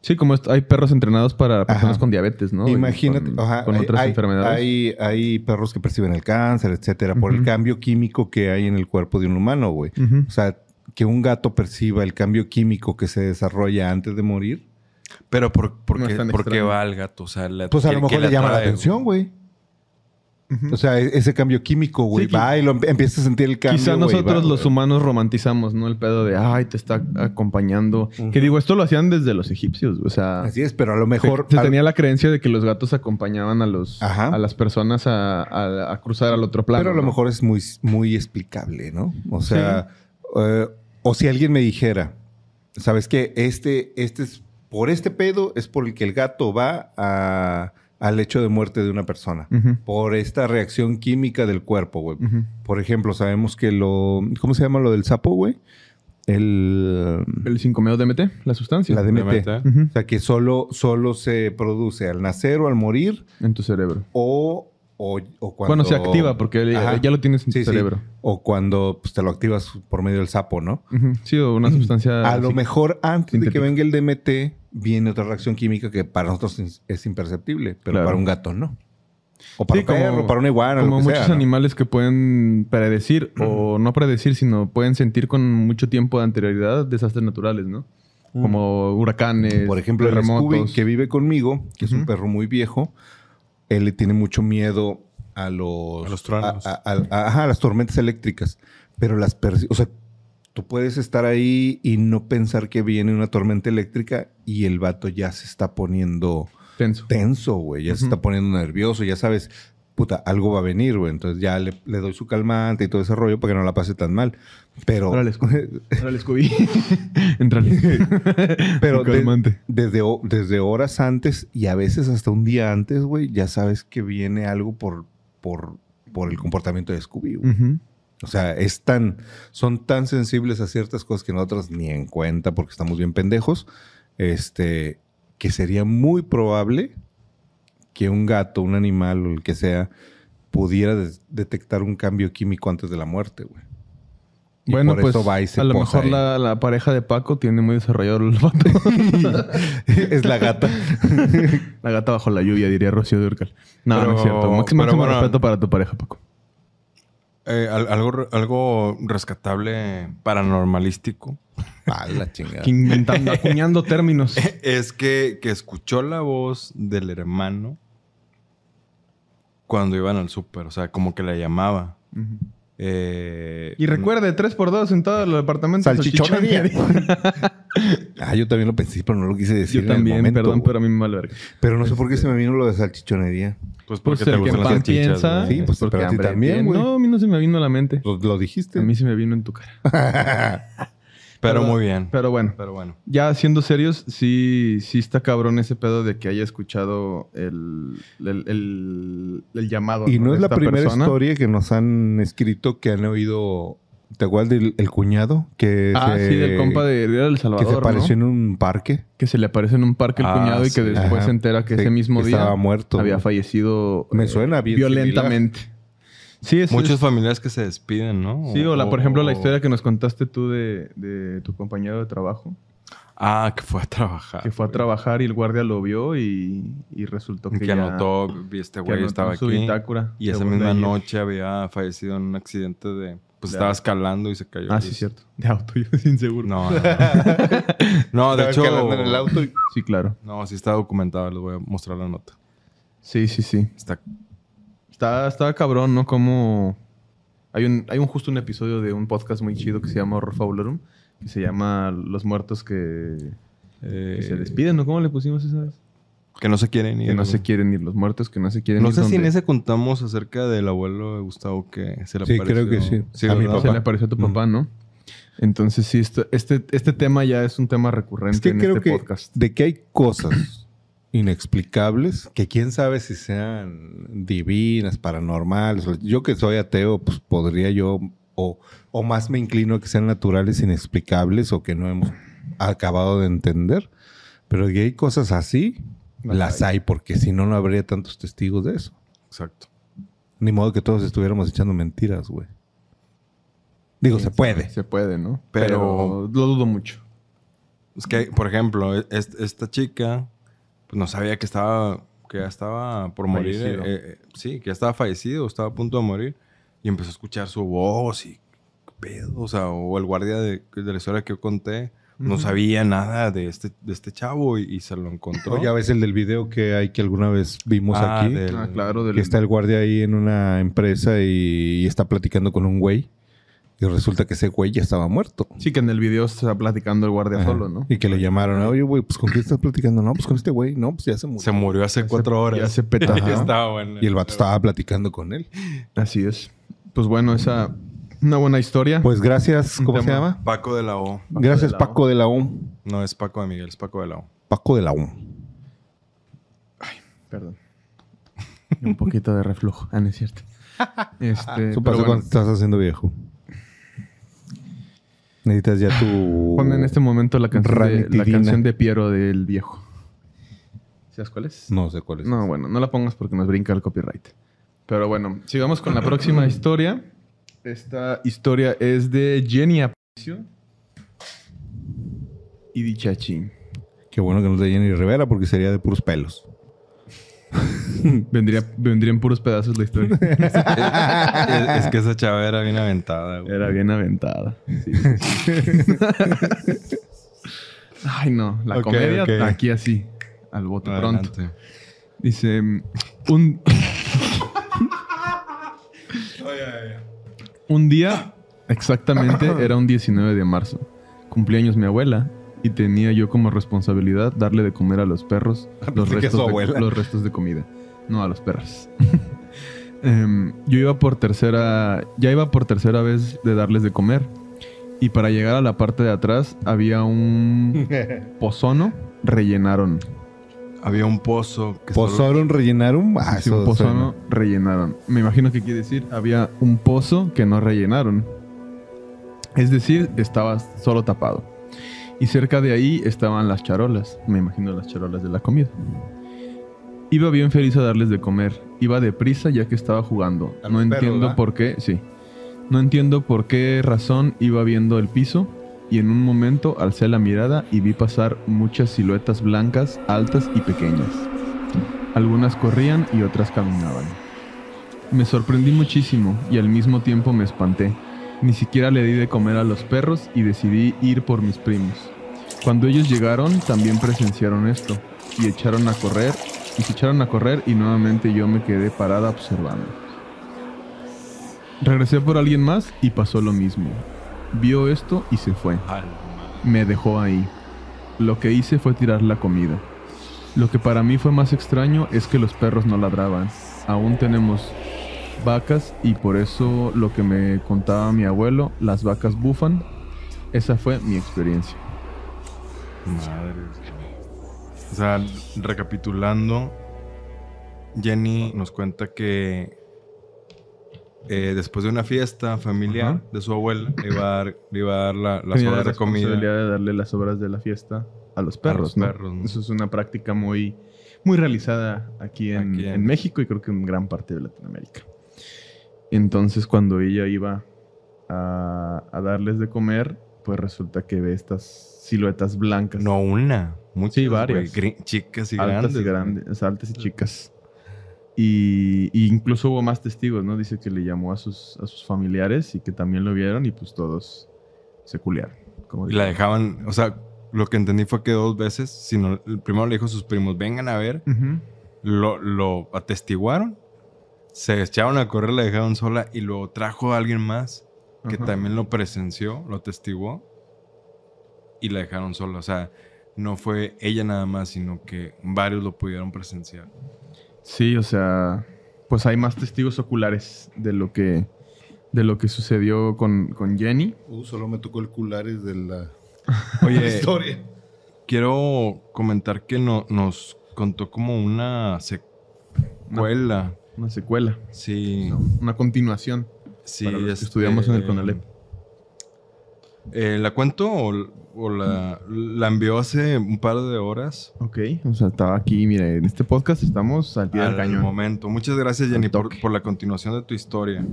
[SPEAKER 3] Sí, como est- hay perros entrenados para personas
[SPEAKER 2] Ajá.
[SPEAKER 3] con diabetes, ¿no? Y
[SPEAKER 2] Imagínate,
[SPEAKER 3] con,
[SPEAKER 2] ajá,
[SPEAKER 3] con
[SPEAKER 2] hay-
[SPEAKER 3] otras
[SPEAKER 2] hay,
[SPEAKER 3] enfermedades.
[SPEAKER 2] Hay, hay perros que perciben el cáncer, etcétera, por el
[SPEAKER 3] Ujú.
[SPEAKER 2] cambio químico que hay en el cuerpo de un humano, güey.
[SPEAKER 3] Ujú.
[SPEAKER 2] O sea, que un gato perciba el cambio químico que se desarrolla antes de morir,
[SPEAKER 4] Pero ¿por, por
[SPEAKER 3] No
[SPEAKER 4] qué,
[SPEAKER 3] es tan
[SPEAKER 4] por qué
[SPEAKER 3] extraño.
[SPEAKER 4] va al gato? O sea, la-
[SPEAKER 2] pues a
[SPEAKER 4] ¿qué-
[SPEAKER 2] lo
[SPEAKER 4] qué
[SPEAKER 2] mejor le
[SPEAKER 4] le
[SPEAKER 2] llama la
[SPEAKER 4] atrae,
[SPEAKER 2] atención, güey.
[SPEAKER 3] Ujú.
[SPEAKER 2] O sea, e- ese cambio químico, güey,
[SPEAKER 3] Sí,
[SPEAKER 2] va y lo em- empieza a sentir el cambio.
[SPEAKER 3] Quizá
[SPEAKER 2] güey,
[SPEAKER 3] nosotros
[SPEAKER 2] va,
[SPEAKER 3] los
[SPEAKER 2] güey.
[SPEAKER 3] humanos romantizamos, ¿no? El pedo de, ay, te está acompañando. Que digo, esto lo hacían desde los egipcios, o sea...
[SPEAKER 2] Así es, pero a lo mejor.
[SPEAKER 3] Se, se
[SPEAKER 2] al-
[SPEAKER 3] tenía la creencia de que los gatos acompañaban a los
[SPEAKER 2] Ajá.
[SPEAKER 3] a las personas a, a- a cruzar al otro plano.
[SPEAKER 2] pero a lo
[SPEAKER 3] ¿no?
[SPEAKER 2] mejor es muy, muy explicable, ¿no? O sea, eh, o si alguien me dijera, ¿sabes qué? Este, este es, por este pedo es por el que el gato va a- al hecho de muerte de una persona.
[SPEAKER 3] Ujú,
[SPEAKER 2] Por esta reacción química del cuerpo, güey.
[SPEAKER 3] ujú.
[SPEAKER 2] Por ejemplo, sabemos que lo. ¿Cómo se llama lo del sapo, güey? El.
[SPEAKER 3] El 5-meo DMT, la sustancia.
[SPEAKER 2] La DMT.
[SPEAKER 4] DMT.
[SPEAKER 3] Ujú,
[SPEAKER 2] O sea, que solo, solo se produce al nacer o al morir
[SPEAKER 3] En tu cerebro.
[SPEAKER 2] o, o, o cuando...
[SPEAKER 3] Bueno, se activa porque el-
[SPEAKER 2] Ajá.
[SPEAKER 3] ya lo tienes en
[SPEAKER 2] Sí, sí.
[SPEAKER 3] tu cerebro.
[SPEAKER 2] O cuando pues, te lo activas por medio del sapo, ¿no?
[SPEAKER 3] Ujú, Sí, o una sustancia...
[SPEAKER 2] A lo
[SPEAKER 3] así.
[SPEAKER 2] mejor antes de que
[SPEAKER 3] Ah, Sintético.
[SPEAKER 2] venga el DMT viene otra reacción química que para nosotros es- es imperceptible, pero
[SPEAKER 3] Claro.
[SPEAKER 2] para un gato no. O para
[SPEAKER 3] Sí,
[SPEAKER 2] un perro,
[SPEAKER 3] como-
[SPEAKER 2] para una iguana,
[SPEAKER 3] Como
[SPEAKER 2] lo que
[SPEAKER 3] muchos
[SPEAKER 2] sea, ¿no?
[SPEAKER 3] animales que pueden predecir, o no predecir, sino pueden sentir con mucho tiempo de anterioridad desastres naturales, ¿no? Como huracanes,
[SPEAKER 2] Mm. Por ejemplo, el Scooby
[SPEAKER 3] terremotos.
[SPEAKER 2] que vive conmigo, que es un
[SPEAKER 3] Ujú.
[SPEAKER 2] perro muy viejo, él le tiene mucho miedo a los...
[SPEAKER 4] A los truenos.
[SPEAKER 2] a- a- a- ajá, a las tormentas eléctricas. Pero las... perci- O sea, tú puedes estar ahí y no pensar que viene una tormenta eléctrica y el vato ya se está poniendo
[SPEAKER 3] Tenso.
[SPEAKER 2] tenso, güey. Ya se
[SPEAKER 3] Ujú.
[SPEAKER 2] está poniendo nervioso, ya sabes... Puta, algo va a venir, güey. Entonces ya le, le doy su calmante y todo ese rollo para que no la pase tan mal. Pero...
[SPEAKER 3] Órale, Scooby. Órale, Scooby. Entrale.
[SPEAKER 2] Pero
[SPEAKER 3] Un
[SPEAKER 2] de-
[SPEAKER 3] calmante.
[SPEAKER 2] desde, ho- desde horas antes y a veces hasta un día antes, güey, ya sabes que viene algo por, por, por el comportamiento de Scooby. güey.
[SPEAKER 3] Ujú.
[SPEAKER 2] O sea, es tan, son tan sensibles a ciertas cosas que nosotros ni en cuenta porque estamos bien pendejos. Este, que sería muy probable que un gato, un animal o el que sea, pudiera des- detectar un cambio químico antes de la muerte, güey. Y
[SPEAKER 3] bueno,
[SPEAKER 2] por
[SPEAKER 3] pues
[SPEAKER 2] eso va y se
[SPEAKER 3] a lo
[SPEAKER 2] posa
[SPEAKER 3] mejor
[SPEAKER 2] ahí.
[SPEAKER 3] la, la pareja de Paco tiene muy desarrollado el olfato.
[SPEAKER 2] es la gata.
[SPEAKER 3] la gata bajo la lluvia, diría Rocío Durcal. No,
[SPEAKER 4] Pero-
[SPEAKER 3] no es cierto. Máximo,
[SPEAKER 4] pero
[SPEAKER 3] máximo
[SPEAKER 4] bueno.
[SPEAKER 3] respeto para tu pareja, Paco.
[SPEAKER 4] Eh, al- algo, algo rescatable paranormalístico
[SPEAKER 2] A la chingada.
[SPEAKER 3] Inventando, acuñando términos.
[SPEAKER 4] es que, que escuchó la voz del hermano cuando iban al súper. O sea, como que la llamaba.
[SPEAKER 3] Ujú.
[SPEAKER 4] Eh,
[SPEAKER 3] Y recuerde, 3x2 en todo el apartamento.
[SPEAKER 2] Salchichonería. Ah, yo también lo pensé, pero no lo quise decir. en
[SPEAKER 3] Yo
[SPEAKER 2] el
[SPEAKER 3] también,
[SPEAKER 2] momento,
[SPEAKER 3] perdón,
[SPEAKER 2] güey.
[SPEAKER 3] pero a mí me vale verga.
[SPEAKER 2] Pero no sé por qué se me vino lo de salchichonería.
[SPEAKER 3] Pues
[SPEAKER 4] Pues porque te
[SPEAKER 3] el que
[SPEAKER 4] gustan las
[SPEAKER 3] pan
[SPEAKER 4] salchichas.
[SPEAKER 3] piensa.
[SPEAKER 4] güey.
[SPEAKER 2] Sí, pues,
[SPEAKER 3] es porque
[SPEAKER 2] pero a ti
[SPEAKER 3] hambre
[SPEAKER 2] también,
[SPEAKER 3] tiene.
[SPEAKER 2] güey.
[SPEAKER 3] No, a mí no se me vino a la mente.
[SPEAKER 2] Pues, Lo, lo dijiste.
[SPEAKER 3] A mí se me vino en tu cara.
[SPEAKER 4] Pero muy bien. Pero,
[SPEAKER 3] Pero bueno,
[SPEAKER 4] bueno.
[SPEAKER 3] ya siendo serios, sí, sí está cabrón ese pedo de que haya escuchado el, el, el- el llamado.
[SPEAKER 2] y no
[SPEAKER 3] de
[SPEAKER 2] es la
[SPEAKER 3] esta
[SPEAKER 2] primera
[SPEAKER 3] persona.
[SPEAKER 2] historia que nos han escrito que han oído. ¿Te acuerdas del el cuñado? Que
[SPEAKER 3] Ah,
[SPEAKER 2] se-
[SPEAKER 3] sí, del compa de Herrera del
[SPEAKER 2] Que
[SPEAKER 3] Salvador.
[SPEAKER 2] se
[SPEAKER 3] ¿no?
[SPEAKER 2] apareció en un parque.
[SPEAKER 3] Que se le aparece en un parque el
[SPEAKER 4] Ah,
[SPEAKER 3] cuñado y que
[SPEAKER 4] sí.
[SPEAKER 3] después
[SPEAKER 2] Ajá.
[SPEAKER 3] se entera que
[SPEAKER 2] Sí,
[SPEAKER 3] ese mismo día
[SPEAKER 2] Estaba muerto.
[SPEAKER 3] había
[SPEAKER 2] güey.
[SPEAKER 3] fallecido
[SPEAKER 2] Me
[SPEAKER 3] eh,
[SPEAKER 2] suena bien
[SPEAKER 3] violentamente. Sí, es,
[SPEAKER 4] Muchos Oh.
[SPEAKER 3] es-
[SPEAKER 4] familiares que se despiden, ¿no?
[SPEAKER 3] sí, o la, por ejemplo la historia
[SPEAKER 4] que...
[SPEAKER 3] que nos contaste tú de, de tu compañero de trabajo,
[SPEAKER 4] Ah, que fue a trabajar.
[SPEAKER 3] que fue a
[SPEAKER 4] güey.
[SPEAKER 3] trabajar y el guardia lo vio y, y resultó que,
[SPEAKER 4] Que
[SPEAKER 3] ya-
[SPEAKER 4] anotó, vi, este
[SPEAKER 3] que
[SPEAKER 4] güey
[SPEAKER 3] anotó
[SPEAKER 4] estaba
[SPEAKER 3] en su
[SPEAKER 4] aquí.
[SPEAKER 3] bitácora.
[SPEAKER 4] Y esa
[SPEAKER 3] Según
[SPEAKER 4] misma
[SPEAKER 3] leí.
[SPEAKER 4] noche había fallecido en un accidente de... Pues
[SPEAKER 3] De
[SPEAKER 4] estaba
[SPEAKER 3] auto.
[SPEAKER 4] escalando y se cayó.
[SPEAKER 3] Ah, sí, cierto. De auto, yo sin seguro.
[SPEAKER 4] No, no, no. No,
[SPEAKER 2] Estaba
[SPEAKER 4] de hecho...
[SPEAKER 2] escalando en el auto y-
[SPEAKER 3] Sí, claro.
[SPEAKER 4] No, sí está documentado. Les voy a mostrar la nota.
[SPEAKER 3] Sí, sí, sí.
[SPEAKER 4] Está...
[SPEAKER 3] Está, está cabrón, ¿no? Como... Hay un, hay un justo un episodio de un podcast muy chido que se llama Horror Fabulorum, que se llama Los Muertos que,
[SPEAKER 4] eh,
[SPEAKER 3] que se despiden, ¿no? ¿Cómo le pusimos esa vez?
[SPEAKER 4] que no se quieren ir.
[SPEAKER 3] Que no
[SPEAKER 4] güey.
[SPEAKER 3] se quieren ir, los muertos que no se quieren
[SPEAKER 4] No
[SPEAKER 3] ir.
[SPEAKER 4] sé si en
[SPEAKER 3] donde
[SPEAKER 4] ese contamos acerca del abuelo de Gustavo que se le
[SPEAKER 2] Sí,
[SPEAKER 4] apareció.
[SPEAKER 2] creo que sí. A
[SPEAKER 4] a
[SPEAKER 2] mi
[SPEAKER 4] mi
[SPEAKER 2] papá.
[SPEAKER 3] Se le apareció a tu papá, ¿no? Entonces sí, esto- este, este tema ya es un tema recurrente
[SPEAKER 2] Es que
[SPEAKER 3] en
[SPEAKER 2] creo
[SPEAKER 3] este
[SPEAKER 2] que
[SPEAKER 3] podcast.
[SPEAKER 2] de que hay cosas inexplicables que quién sabe si sean divinas, paranormales. o- Yo que soy ateo, pues podría yo, o, o más me inclino a que sean naturales, inexplicables o que no hemos acabado de entender. Pero de que hay cosas así,
[SPEAKER 3] Las
[SPEAKER 2] las, hay. porque si no, no habría tantos testigos de eso.
[SPEAKER 4] Exacto.
[SPEAKER 2] Ni modo que todos estuviéramos echando mentiras, güey. Digo, se puede.
[SPEAKER 3] Se puede, ¿no?
[SPEAKER 4] Pero-
[SPEAKER 3] lo dudo mucho.
[SPEAKER 4] Es que, por ejemplo, e- est- esta chica pues, no sabía que estaba que ya estaba por morir.
[SPEAKER 3] Fallecido.
[SPEAKER 4] eh, eh, sí, que ya estaba fallecido, estaba a punto de morir. Y empezó a escuchar su voz y qué pedo. O sea, o el guardia de, de la historia que yo conté no
[SPEAKER 3] Ujú.
[SPEAKER 4] sabía nada de este, de este chavo y, y se lo encontró.
[SPEAKER 2] O Ya ves el del video que hay que alguna vez vimos
[SPEAKER 4] Ah,
[SPEAKER 2] aquí.
[SPEAKER 4] del-
[SPEAKER 3] Ah, claro, del-
[SPEAKER 2] Que está el guardia ahí en una empresa y, y está platicando con un güey. Y resulta que ese güey ya estaba muerto.
[SPEAKER 3] Sí, que en el video está platicando el guardia
[SPEAKER 2] Ajá.
[SPEAKER 3] solo, ¿no?
[SPEAKER 2] Y que le llamaron, oye, güey, pues ¿con quién estás platicando? No, pues con este güey. No, pues ya se murió.
[SPEAKER 4] Se murió hace cuatro horas.
[SPEAKER 3] Ya se peta.
[SPEAKER 2] Ajá.
[SPEAKER 4] Estaba bueno.
[SPEAKER 2] Y el vato estaba platicando con él.
[SPEAKER 3] Así es. Pues bueno, esa una buena historia.
[SPEAKER 2] Pues gracias,
[SPEAKER 3] Un
[SPEAKER 2] ¿cómo se
[SPEAKER 3] Ah. tema.
[SPEAKER 2] llama?
[SPEAKER 4] Paco de la O.
[SPEAKER 2] gracias,
[SPEAKER 3] de la O.
[SPEAKER 2] Paco de la O.
[SPEAKER 4] No es Paco de Miguel, es Paco de la O.
[SPEAKER 2] Paco de la O.
[SPEAKER 3] Perdón. Un poquito de reflujo. Ah, no es cierto. Este,
[SPEAKER 2] Eso pasa
[SPEAKER 3] pero bueno,
[SPEAKER 2] cuando te estás haciendo viejo. Necesitas ya tu.
[SPEAKER 3] ponme en este momento la canción, de, la
[SPEAKER 2] Ranitidina.
[SPEAKER 3] canción de Piero del Viejo. ¿Sabes cuál es?
[SPEAKER 2] No sé cuál es.
[SPEAKER 3] No, bueno, no la pongas porque nos brinca el copyright. Pero bueno, sigamos con la próxima historia. Esta historia es de Jenny Aparicio y Dichachi.
[SPEAKER 2] Qué bueno que no es de Jenny Rivera porque sería de puros pelos.
[SPEAKER 3] Vendría, vendría en puros pedazos la historia.
[SPEAKER 4] es, es que esa chava era bien aventada, güey.
[SPEAKER 3] Era bien aventada. Sí, sí, sí. Ay, no. La
[SPEAKER 4] Ok,
[SPEAKER 3] comedia
[SPEAKER 4] ok.
[SPEAKER 3] aquí así. Al bote pronto.
[SPEAKER 4] Adelante.
[SPEAKER 3] Dice mm, un
[SPEAKER 2] Oh,
[SPEAKER 3] Un día exactamente era un 19 de marzo. Cumpleaños mi abuela y tenía yo como responsabilidad darle de comer a los perros los,
[SPEAKER 2] Pensé que
[SPEAKER 3] restos
[SPEAKER 2] su
[SPEAKER 3] de,
[SPEAKER 2] abuela.
[SPEAKER 3] los restos de comida, no a los perros. Em, yo iba por tercera, ya iba por tercera vez de darles de comer y para llegar a la parte de atrás había un pozono rellenaron.
[SPEAKER 4] Había un pozo que solo-
[SPEAKER 2] Posorum rellenarum. Ah,
[SPEAKER 3] Sí, un
[SPEAKER 2] eso
[SPEAKER 3] pozo
[SPEAKER 2] suena.
[SPEAKER 3] no rellenaron. Me imagino que quiere decir había un pozo que no rellenaron. Es decir, estaba solo tapado. Y cerca de ahí estaban las charolas, me imagino las charolas de la comida. Iba bien feliz a darles de comer. Iba deprisa ya que estaba jugando.
[SPEAKER 2] A
[SPEAKER 3] No
[SPEAKER 2] los perros,
[SPEAKER 3] entiendo
[SPEAKER 2] ¿va?
[SPEAKER 3] por qué, sí. No entiendo por qué razón iba viendo el piso y en un momento alcé la mirada y vi pasar muchas siluetas blancas, altas y pequeñas. Algunas corrían y otras caminaban. Me sorprendí muchísimo y al mismo tiempo me espanté. Ni siquiera le di de comer a los perros y decidí ir por mis primos. Cuando ellos llegaron también presenciaron esto y echaron a correr y se echaron a correr y nuevamente yo me quedé parada observando. Regresé por alguien más y pasó lo mismo. Vio esto y se fue. Me dejó ahí. Lo que hice fue tirar la comida. Lo que para mí fue más extraño es que los perros no ladraban. Aún tenemos vacas y por eso lo que me contaba mi abuelo, las vacas bufan. Esa fue mi experiencia.
[SPEAKER 4] Madre. O sea, recapitulando, Jenny nos cuenta que eh, después de una fiesta familiar
[SPEAKER 3] Ajá.
[SPEAKER 4] de su abuela, le iba a dar, le iba a dar la- las
[SPEAKER 3] Tenía
[SPEAKER 4] horas
[SPEAKER 3] la
[SPEAKER 4] de comida.
[SPEAKER 3] responsabilidad de darle las obras de la fiesta a los perros,
[SPEAKER 4] los
[SPEAKER 3] ¿no?
[SPEAKER 4] perros, ¿no?
[SPEAKER 3] Eso es una práctica muy, muy realizada aquí en,
[SPEAKER 4] Aquí en-
[SPEAKER 3] en México y creo que en gran parte de Latinoamérica. Entonces, cuando ella iba a, a darles de comer, pues resulta que ve estas siluetas blancas.
[SPEAKER 4] No una, muchas.
[SPEAKER 3] Sí, varias.
[SPEAKER 4] güey, gri- chicas y
[SPEAKER 3] altas
[SPEAKER 4] grandes.
[SPEAKER 3] y
[SPEAKER 4] güey.
[SPEAKER 3] grandes, altas y chicas. Y, y incluso hubo más testigos, ¿no? Dice que le llamó a sus, a sus familiares y que también lo vieron y pues todos se culearon. como
[SPEAKER 4] Y la
[SPEAKER 3] dicen.
[SPEAKER 4] dejaban, o sea, lo que entendí fue que dos veces, sino el primero le dijo a sus primos, vengan a ver,
[SPEAKER 3] Ujú.
[SPEAKER 4] lo, lo atestiguaron, se echaron a correr, la dejaron sola y luego trajo a alguien más que
[SPEAKER 3] Ajá.
[SPEAKER 4] también lo presenció, lo atestiguó y la dejaron sola. O sea, no fue ella nada más, sino que varios lo pudieron presenciar.
[SPEAKER 3] Sí, o sea, pues hay más testigos oculares de lo que de lo que sucedió con, con Jenny.
[SPEAKER 2] Uh, solo me tocó el culares de la, de la
[SPEAKER 4] Oye,
[SPEAKER 2] historia.
[SPEAKER 4] quiero comentar que no, nos contó como una secuela.
[SPEAKER 3] Una secuela,
[SPEAKER 4] Sí,
[SPEAKER 3] ¿no? una continuación.
[SPEAKER 4] sí.
[SPEAKER 3] para los que
[SPEAKER 4] este,
[SPEAKER 3] estudiamos en el CONALEP.
[SPEAKER 4] eh, ¿La cuento o, o la, la envió hace un par de horas?
[SPEAKER 3] Ok, o sea, estaba aquí, mira, en este podcast estamos al pie del
[SPEAKER 4] Al
[SPEAKER 3] cañón.
[SPEAKER 4] momento. Muchas gracias, Jenny,
[SPEAKER 3] Al
[SPEAKER 4] por,
[SPEAKER 3] toque.
[SPEAKER 4] por la continuación de tu historia.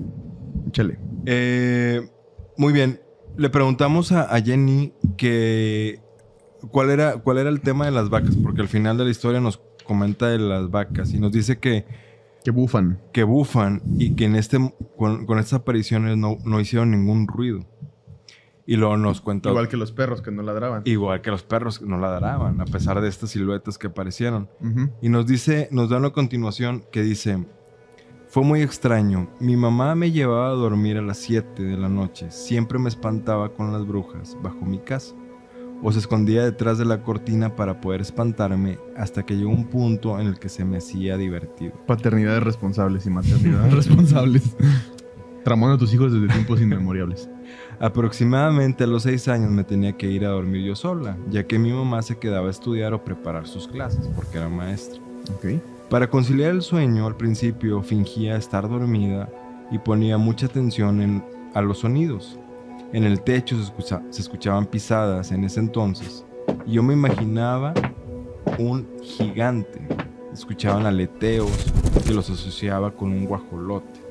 [SPEAKER 3] Échale.
[SPEAKER 4] Eh, muy bien. Le preguntamos a, a Jenny que cuál era, cuál era el tema de las vacas, porque al final de la historia nos comenta de las vacas y nos dice que,
[SPEAKER 3] Que bufan.
[SPEAKER 4] que bufan y que en este, con, con estas apariciones no, no hicieron ningún ruido. Y luego nos cuenta
[SPEAKER 3] Igual que los perros que no ladraban.
[SPEAKER 4] igual que los perros que no ladraban, a pesar de estas siluetas que aparecieron.
[SPEAKER 3] Ujú.
[SPEAKER 4] Y nos dice, nos da una continuación que dice, fue muy extraño, mi mamá me llevaba a dormir a las 7 de la noche, siempre me espantaba con las brujas bajo mi casa, o se escondía detrás de la cortina para poder espantarme hasta que llegó un punto en el que se me hacía divertido.
[SPEAKER 3] Paternidades responsables y maternidades responsables. Tramando a tus hijos desde tiempos inmemoriales.
[SPEAKER 4] Aproximadamente a los 6 años me tenía que ir a dormir yo sola, ya que mi mamá se quedaba a estudiar o preparar sus clases porque era maestra.
[SPEAKER 3] Ok.
[SPEAKER 4] Para conciliar el sueño, al principio fingía estar dormida y ponía mucha atención en- a los sonidos. En el techo se, escucha- se escuchaban pisadas en ese entonces. y Yo me imaginaba un gigante. Escuchaban aleteos que los asociaba con un guajolote.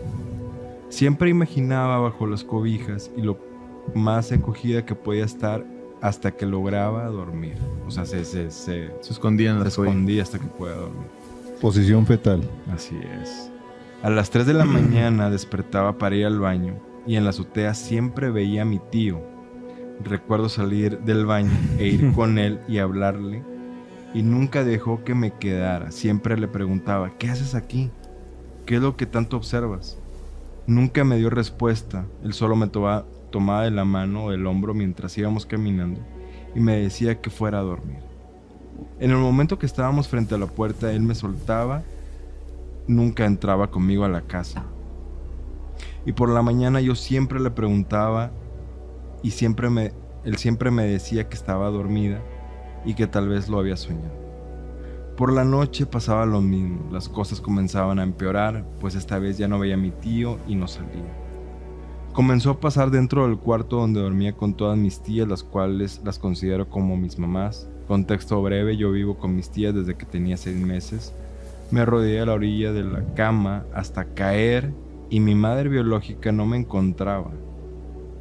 [SPEAKER 4] Siempre imaginaba bajo las cobijas y lo más encogida que podía estar hasta que lograba dormir. O sea, se, se, se-
[SPEAKER 3] Se escondían
[SPEAKER 4] se
[SPEAKER 3] las cobijas.
[SPEAKER 4] escondía hasta que podía dormir.
[SPEAKER 2] Posición fetal.
[SPEAKER 4] Así es. A las 3 de la mañana despertaba para ir al baño y en la azotea siempre veía a mi tío. Recuerdo salir del baño e ir con él y hablarle y nunca dejó que me quedara. Siempre le preguntaba, ¿qué haces aquí? ¿Qué es lo que tanto observas? Nunca me dio respuesta. Él solo me toba- tomaba de la mano o del hombro mientras íbamos caminando y me decía que fuera a dormir. En el momento que estábamos frente a la puerta, él me soltaba nunca entraba conmigo a la casa. Y por la mañana yo siempre le preguntaba y siempre me, él siempre me decía que estaba dormida y que tal vez lo había soñado. Por la noche pasaba lo mismo, las cosas comenzaban a empeorar, pues esta vez ya no veía a mi tío y no salía. Comenzó a pasar dentro del cuarto donde dormía con todas mis tías, las cuales las considero como mis mamás. Contexto breve, yo vivo con mis tías desde que tenía seis meses. Me rodeé a la orilla de la cama hasta caer y mi madre biológica no me encontraba.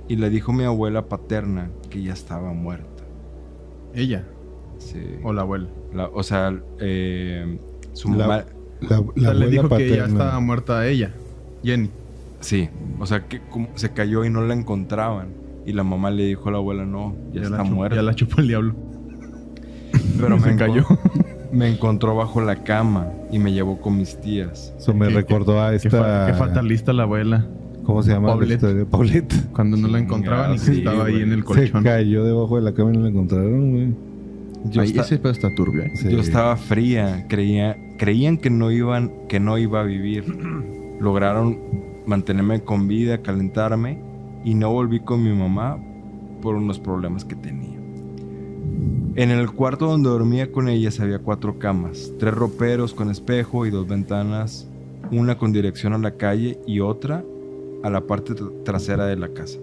[SPEAKER 4] Y le dijo mi abuela paterna que ya estaba muerta.
[SPEAKER 3] ¿Ella
[SPEAKER 4] Sí.
[SPEAKER 3] o la abuela?
[SPEAKER 4] La- o sea, eh, su
[SPEAKER 2] La-
[SPEAKER 4] mamá...
[SPEAKER 2] La,
[SPEAKER 3] O sea, le
[SPEAKER 2] abuela
[SPEAKER 3] dijo que ya
[SPEAKER 2] paterna.
[SPEAKER 3] estaba muerta ella, Jenny.
[SPEAKER 4] Sí, o sea, que como se cayó y no la encontraban. Y la mamá le dijo a la abuela, no, ya,
[SPEAKER 3] la
[SPEAKER 4] está
[SPEAKER 3] chu-
[SPEAKER 4] muerta.
[SPEAKER 3] Ya la chupó el diablo.
[SPEAKER 4] Pero
[SPEAKER 3] Se
[SPEAKER 4] enco-
[SPEAKER 3] cayó.
[SPEAKER 4] Me encontró bajo la cama y me llevó con mis tías.
[SPEAKER 2] Eso me
[SPEAKER 3] Qué-
[SPEAKER 2] recordó a
[SPEAKER 3] Qué,
[SPEAKER 2] esta.
[SPEAKER 3] fa- qué fatalista la abuela.
[SPEAKER 2] ¿Cómo se llama?
[SPEAKER 3] Paulette.
[SPEAKER 2] Paulette. Paulette.
[SPEAKER 3] Cuando no la
[SPEAKER 4] Sí,
[SPEAKER 3] encontraban y que
[SPEAKER 4] sí,
[SPEAKER 3] estaba ahí
[SPEAKER 4] güey.
[SPEAKER 3] en el
[SPEAKER 2] Se
[SPEAKER 3] colchón.
[SPEAKER 2] cayó debajo de la cama y no la encontraron, güey.
[SPEAKER 4] Yo,
[SPEAKER 3] Ahí
[SPEAKER 4] esta-
[SPEAKER 3] ese pedo está turbio. ¿eh?
[SPEAKER 2] Sí.
[SPEAKER 4] yo estaba fría, creía, creían que no, iban, que no iba a vivir. Lograron mantenerme con vida, calentarme y no volví con mi mamá por unos problemas que tenía. En el cuarto donde dormía con ellas había cuatro camas, tres roperos con espejo y dos ventanas, una con dirección a la calle y otra a la parte tr- trasera de la casa.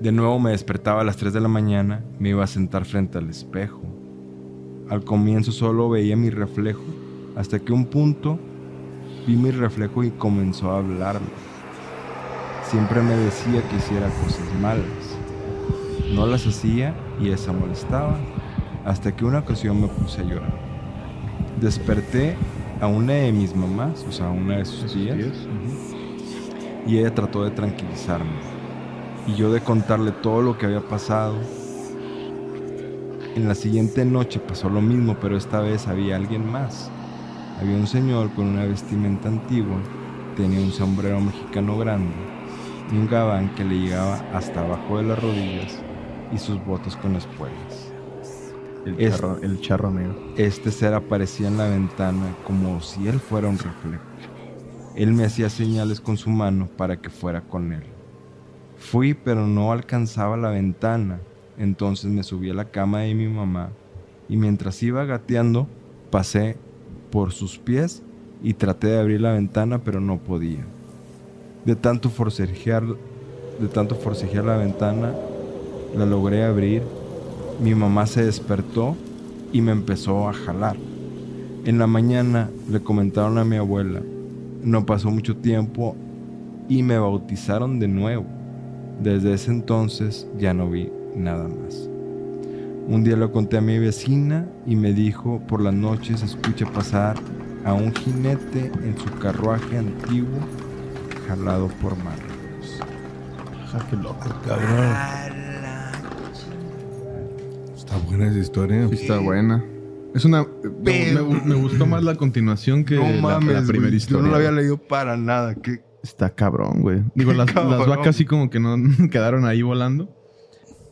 [SPEAKER 4] De nuevo me despertaba a las 3 de la mañana, me iba a sentar frente al espejo. Al comienzo solo veía mi reflejo, hasta que un punto vi mi reflejo y comenzó a hablarme. Siempre me decía que hiciera cosas malas. No las hacía y esa molestaba, hasta que una ocasión me puse a llorar. Desperté a una de mis mamás, o sea, a una de sus tías, ujú, y ella trató de tranquilizarme. Y yo de contarle todo lo que había pasado, en la siguiente noche pasó lo mismo, pero esta vez había alguien más. Había un señor con una vestimenta antigua, tenía un sombrero mexicano grande y un gabán que le llegaba hasta abajo de las rodillas y sus botas con espuelas.
[SPEAKER 3] El,
[SPEAKER 4] Es-
[SPEAKER 3] charro, el charro negro.
[SPEAKER 4] Este ser aparecía en la ventana como si él fuera un reflejo. Él me hacía señales con su mano para que fuera con él. Fui, pero no alcanzaba la ventana. Entonces me subí a la cama de mi mamá y mientras iba gateando, pasé por sus pies y traté de abrir la ventana, pero no podía. De tanto forcejear, de tanto forcejear la ventana, la logré abrir. Mi mamá se despertó y me empezó a jalar. En la mañana le comentaron a mi abuela, no pasó mucho tiempo y me bautizaron de nuevo. Desde ese entonces ya no vi nada más. Un día lo conté a mi vecina y me dijo, por las noches escucha pasar a un jinete en su carruaje antiguo jalado por manos.
[SPEAKER 3] Ajá, qué loco.
[SPEAKER 2] Está buena esa historia.
[SPEAKER 3] Sí, está buena. Es una. Me,
[SPEAKER 4] Eh, Pero-
[SPEAKER 3] me- me gustó más la continuación que la- la, primera
[SPEAKER 4] güey,
[SPEAKER 3] historia.
[SPEAKER 4] Yo no lo había leído para nada. ¿Qué?
[SPEAKER 3] Está cabrón, güey. Digo, las,
[SPEAKER 4] Cabrón.
[SPEAKER 3] las vacas sí como que no quedaron ahí volando.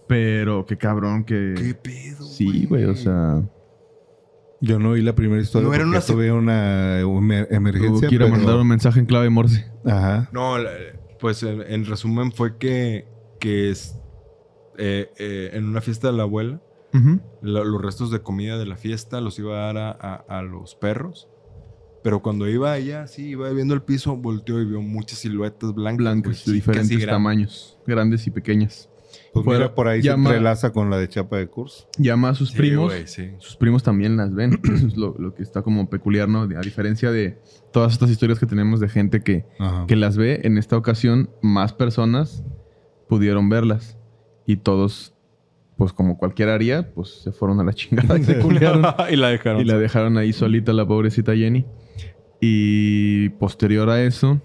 [SPEAKER 3] Pero qué cabrón que.
[SPEAKER 4] ¿Qué pedo?
[SPEAKER 3] sí, güey, o sea.
[SPEAKER 2] Yo no vi la primera historia
[SPEAKER 4] No, era
[SPEAKER 2] porque
[SPEAKER 4] una se-
[SPEAKER 2] tuve una emer-
[SPEAKER 3] Luego
[SPEAKER 2] emergencia.
[SPEAKER 3] quiero
[SPEAKER 2] pero-
[SPEAKER 3] mandar un mensaje en clave morse.
[SPEAKER 2] Ajá.
[SPEAKER 4] No, la- pues en, en resumen fue que, que es, eh, eh, en una fiesta de la abuela,
[SPEAKER 3] Ujú.
[SPEAKER 4] lo- los restos de comida de la fiesta los iba a dar a, a- a los perros. Pero cuando iba allá, sí, iba viendo el piso, volteó y vio muchas siluetas blancas. güey,
[SPEAKER 3] Blancas
[SPEAKER 4] Pues sí,
[SPEAKER 3] de diferentes
[SPEAKER 4] casi grandes.
[SPEAKER 3] tamaños, grandes y pequeñas.
[SPEAKER 2] Pues
[SPEAKER 3] Fuera-
[SPEAKER 2] mira, por ahí
[SPEAKER 3] llama-
[SPEAKER 2] se entrelaza con la de Chapa de Curso.
[SPEAKER 3] Llama a sus
[SPEAKER 4] Sí,
[SPEAKER 3] primos.
[SPEAKER 4] güey, sí.
[SPEAKER 3] sus primos también las ven. Eso es lo, lo que está como peculiar, ¿no? De- A diferencia de todas estas historias que tenemos de gente que,
[SPEAKER 2] Ajá.
[SPEAKER 3] que las ve, en esta ocasión más personas pudieron verlas. Y todos, pues como cualquiera haría, pues se fueron a la chingada y se culiaron.
[SPEAKER 4] y la dejaron.
[SPEAKER 3] y la dejaron ahí solita la pobrecita Jenny. Y posterior a eso,